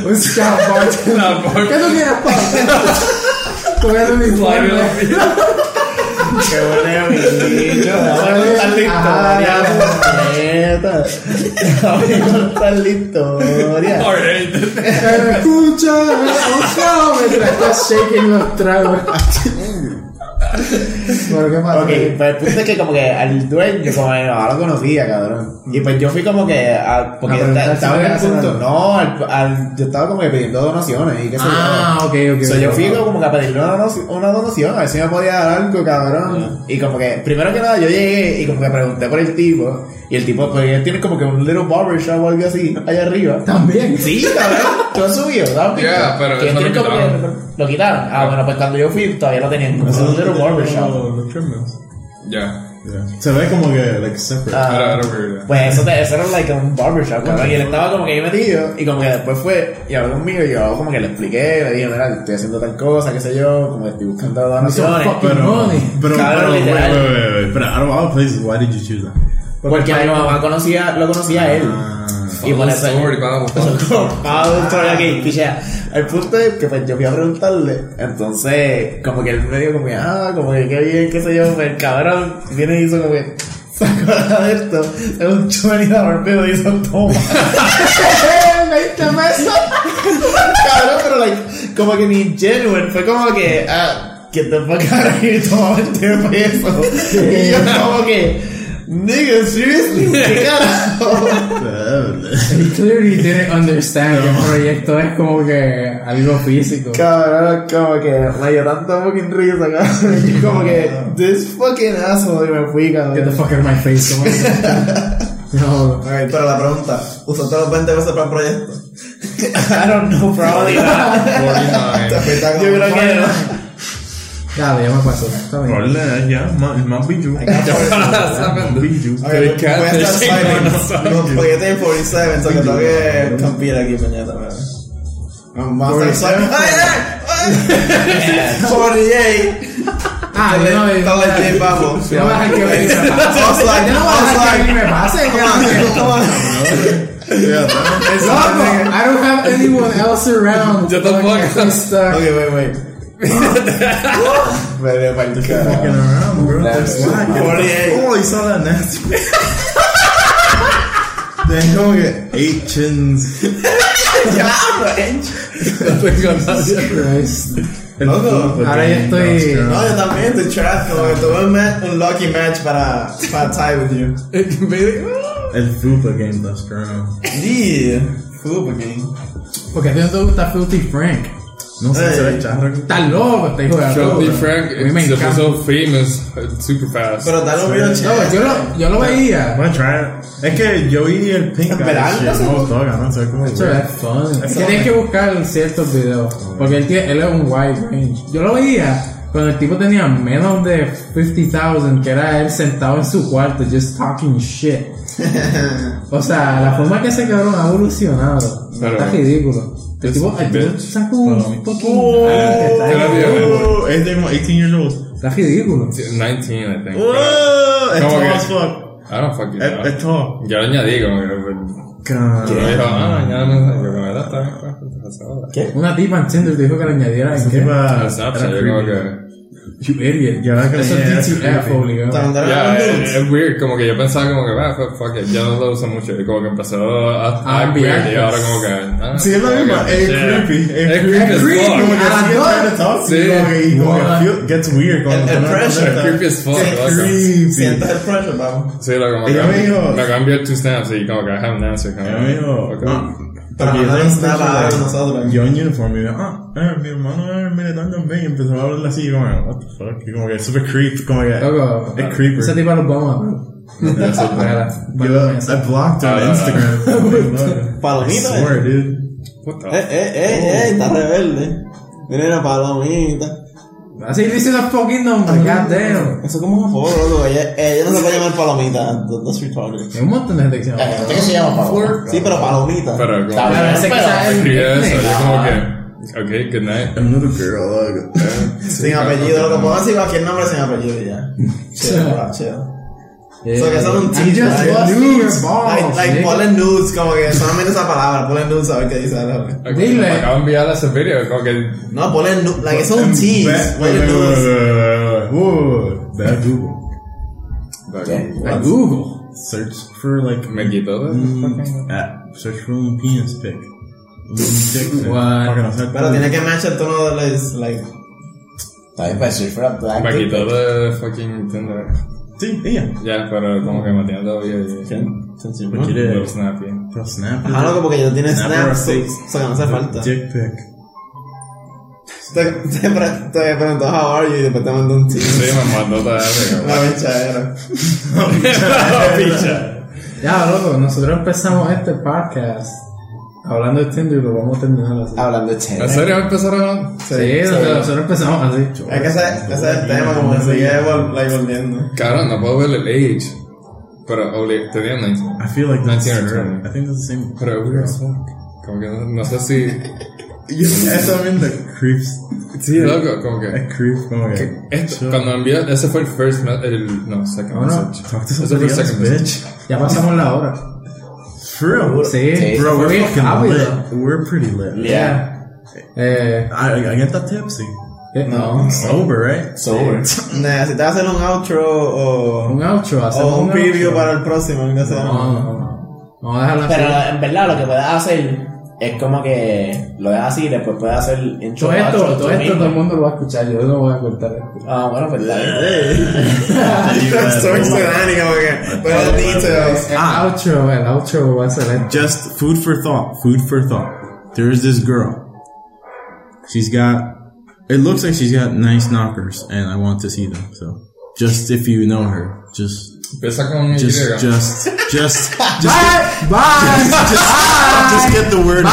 Un scout bartender. La por- ¿Qué tú quieres, pa? Con el uniforme. né? Qué bueno, mi bicho. Vamos a Ah, contar la historia. Vamos a contar la historia. Alright. Eh, Escucha, un scout mientras estás shaking los tragos. Hum. Bueno, ¿qué pasa? Ok, pues el punto es que como que al dueño, como que no lo conocía, cabrón. Y pues yo fui como que a, porque A preguntar esta- si estaba en el había punto. cenado. No, al, al- yo estaba como que pidiendo donaciones y qué sé yo. Ah, ok, ok. O sea, yo ok. fui como que a pedirle una donación, una donación, a ver si me podía dar algo, Ah. cabrón. Y como que, primero que nada, yo llegué y como que pregunté por el tipo. Y el tipo, pues él tiene como que un little barbershop o algo así, allá arriba. También. Sí, cabrón, tú has subido, ¿sabes? Yeah, pero Que eso tiene lo como que- Lo quitaron. Ah, bueno, pues cuando yo fui todavía lo tenían. como un little barbershop. Los treadmills. Yeah. Yeah. Se ve como que, like, separate. Ah, Era, era weird. Pues eso, te, eso era like un barbershop, cabrón. Y él estaba como que ahí metido. Y como que después fue y habló conmigo. Y yo como que le expliqué, le dije, mira, estoy haciendo tal cosa, qué sé yo. Como que estoy buscando donaciones. fucking Pero, money. pero, Cabrón, pero, wait, wait, literal. wait, wait, wait. But out of all places, why did you choose that? Porque mi mamá conocía, lo conocía a él. Ah, y por eso. Sorry, Bible. Ah, un troll aquí, pichea. El punto es que pues yo fui a preguntarle. Entonces, como que él me dijo como que, ah, como que qué bien, qué sé yo, pues el cabrón viene y hizo como que. Sacó la de esto, es un choni de golpeo y hizo toma. ¡20 pesos! cabrón, pero like, como que ni genuine, fue como que, ah, que te fue cabrón y toma 20 pesos. y yo como que, nigga, seriously, qué carajo. He clearly didn't understand que el proyecto es como que algo físico. Cabrón, como que me dio tanta fucking risa, cabrón. Yo como que, this fucking asshole, y me fui, Get the cabrón. fuck out of my face, come on. No, Ok, pero la pregunta, ¿usaste los 20 pesos para el proyecto? I don't know, probably not. eh. 49. Yo Yo creo que no. dale, ya me pasó. Está bien. Hola, yeah, ma- it might be you. Might be you. Pero ¿qué voy a estar haces? silent. No, porque yo tengo 47, so que tengo que campear aquí, puñeta. man. Más Ay, ay, ay. 48. Ah, yo no, yo Está no. like, vamos. Yo no voy a dejar que venir me pase. Offside, Yo no voy a dejar que offside. venir me pase, cabrón. Loco, I don't have anyone else around. Yo tampoco. I'm stuck. Ok, wait, wait. Vete pa'l carajo. Fucking around, bro. Nah, Just whack it. forty-eight. Oh, you saw that nasty. Then go get eight chins. Christ. and Loco, flip ahora again, ya estoy- bro. No, yo también estoy trash, como que tuve un ma- un lucky match para, para tie with you. El Fupa game last round. Yeah, fútbol game. Porque a ti no te gusta Filthy Frank. No sé, Hey. se ve charro. Estás loco, este hijo de la Filthy puta. Frank A mí me se encanta. puso famous uh, super fast. Pero dale un video No, yo lo, yo lo veía. Wanna try it? Es que yo vi el pink guy Verán, shit, no sé. no, dog, no sé cómo- Sure, that's fun. Tienes que buscar ciertos videos. Porque él, tiene, él es un wide range. Yo lo veía. Cuando el tipo tenía menos de 50,000, que era él sentado en su cuarto, just talking shit. O sea, la forma que ese cabrón ha evolucionado Pero- está ridículo. El tipo, el tipo Bitch. sacó un Pero- fucking. Uh, Te la Está dio, man. Oh, es de como 18 years old. Uh, está ridículo. 19, I think. Whoa, it's Como tall que- as fuck. I don't fucking It- know. It's tall. Ya lo añadí, como que. Pero me dijo, ah, ya no. Yo, como era, está bien, pues, te pasa ahora. Una tipa en Tinder dijo que le añadiera en qué. Ah, Iba- Snapchat, era yo como creepy. que. You idiot. Ya, la que Eso tenía era es DTF creepy. Te obligado. Ah, mandaron Ya, a un es, dude. es weird, como que yo pensaba como que, ah, fuck, fuck it, ya no lo uso mucho, y como que empezó a Ah, a act bien. weird, y ahora como que, ah, Sí, es la como misma. que, Es yeah. creepy. Es creepy as creepy, como que fuck. Ah, sí, no. trying to talk to you, Sí. como que- y como que Wow. feel- gets weird cuando El- te el metes pressure, en esta- Creepy as fuck, Sí, loco. Creepy. Sientes el pressure, vamos. Sí, lo como que, Ella me dijo- me cambió two stamps y como que I have an answer, como Ella me dijo, Ok. no, Pero también no era nos daba un a tipo de- nosotros. Yo en uniforme, y yo, ah, eh, mi hermano eh, mire tan también, y empezó a hablar así, y como, what the fuck, y como que super creep, como É que, É Loco. es creeper. Ese tipo lo vamos That's it, man. Yo, I blocked her on Ah, Instagram. Palomita, I swear, dude. What the Eh, eh, eh, eh, está rebelde. Mira la palomita. Así dice los fucking nombres, goddamn. Eso es como un juego, loco. Ella, ella no se puede llamar palomita. That's retarded. Hay un montón um de gente que se llama. Hay É. gente que se llama Pablo. Sí, pero palomita. Pero como Está que Claro, ese que sabe- escribí eso, yo como que, é. okay, good night. I'm not a girl, loco. sin apellido, loco. Puedo decir cualquier nombre sin apellido y ya. Chill, bro, chill. Yeah. So que son un I'm chiste, just like, busting your nudes. né? balls, Tipo assim, Like, like, nigga. ponle nudes, como que solamente esa palabra, ponle nudes a ver qué dice. loco. Ok, Dile. me acabo de enviar ese video, como que, No, ponle nudes, like, eso es un I'm tease. back- wait, Ponle wait, wait, nudes. wait, wait, wait, wait. Whoa, that Google. A Google. Search for, like, me quitó de mm, app. Search for un penis pic. Un dick pic. What? Para que no sea- Pero tiene que match el tono de los, like, Está bien, pues, si fuera black. me quitó de fucking Tinder. Sí, ella. Ya, pero como que me tiene todavía y- Me quiere- Little snappy. Pero snap Ah, no, como que ya tiene Snap snaps, or o sea que no hace falta. Te, Dick pic. te, pre- te preguntó how are you y después te mandó un Sí, chiste. me mandó toda esa, como- Una bichadera. Ya, loco, nosotros empezamos este podcast hablando de Tinder y lo vamos a terminar así. Hablando de ¿En chévere. serio empezaron a Sí, nosotros, nosotros empezamos así. Es que ese, ese es el tema, como que sigue vol- like, volviendo. Cabrón, no puedo ver el age. Pero obli- tenía 19. I feel like that's Nineteen or her. twenty. I think that's the same. Pero es weird as fuck. Como que no, no sé si. Eso a mí the creeps. Sí, loco, como que. A creep. Oh, Como que. Esto, cuando envió. Ese fue el first me- el No, second Oh, no. message. Talk to Ese fue somebody el else, second message. bitch. Ya pasamos la hora. For real. Sí, Sí. bro, We're we're bien fucking rápido. lit. We're pretty lit. Yeah. Eh, I, I get that tipsy. eh, no. Sober, right? Sober. Necesitas hacer un outro o, Un outro, hacemos o un outro. preview para el próximo, no sé. No, no, no. Vamos a dejarlo Pero así. en verdad lo que puedes hacer es como que lo dejas así y después puedes hacer intro, Todo esto, outro, todo tú esto mismo. todo el mundo lo va a escuchar, yo no voy a cortar esto. Ah, bueno, pues dale. Source to Dani, como que. Pero details. El outro, el outro va a ser el- Just food for thought. Food for thought. There's this girl. She's got. It looks like she's got nice knockers, and I want to see them. So, just if you know her, just, Empieza con un Y. just, just, just, just, Bye! Bye! just get the word. out.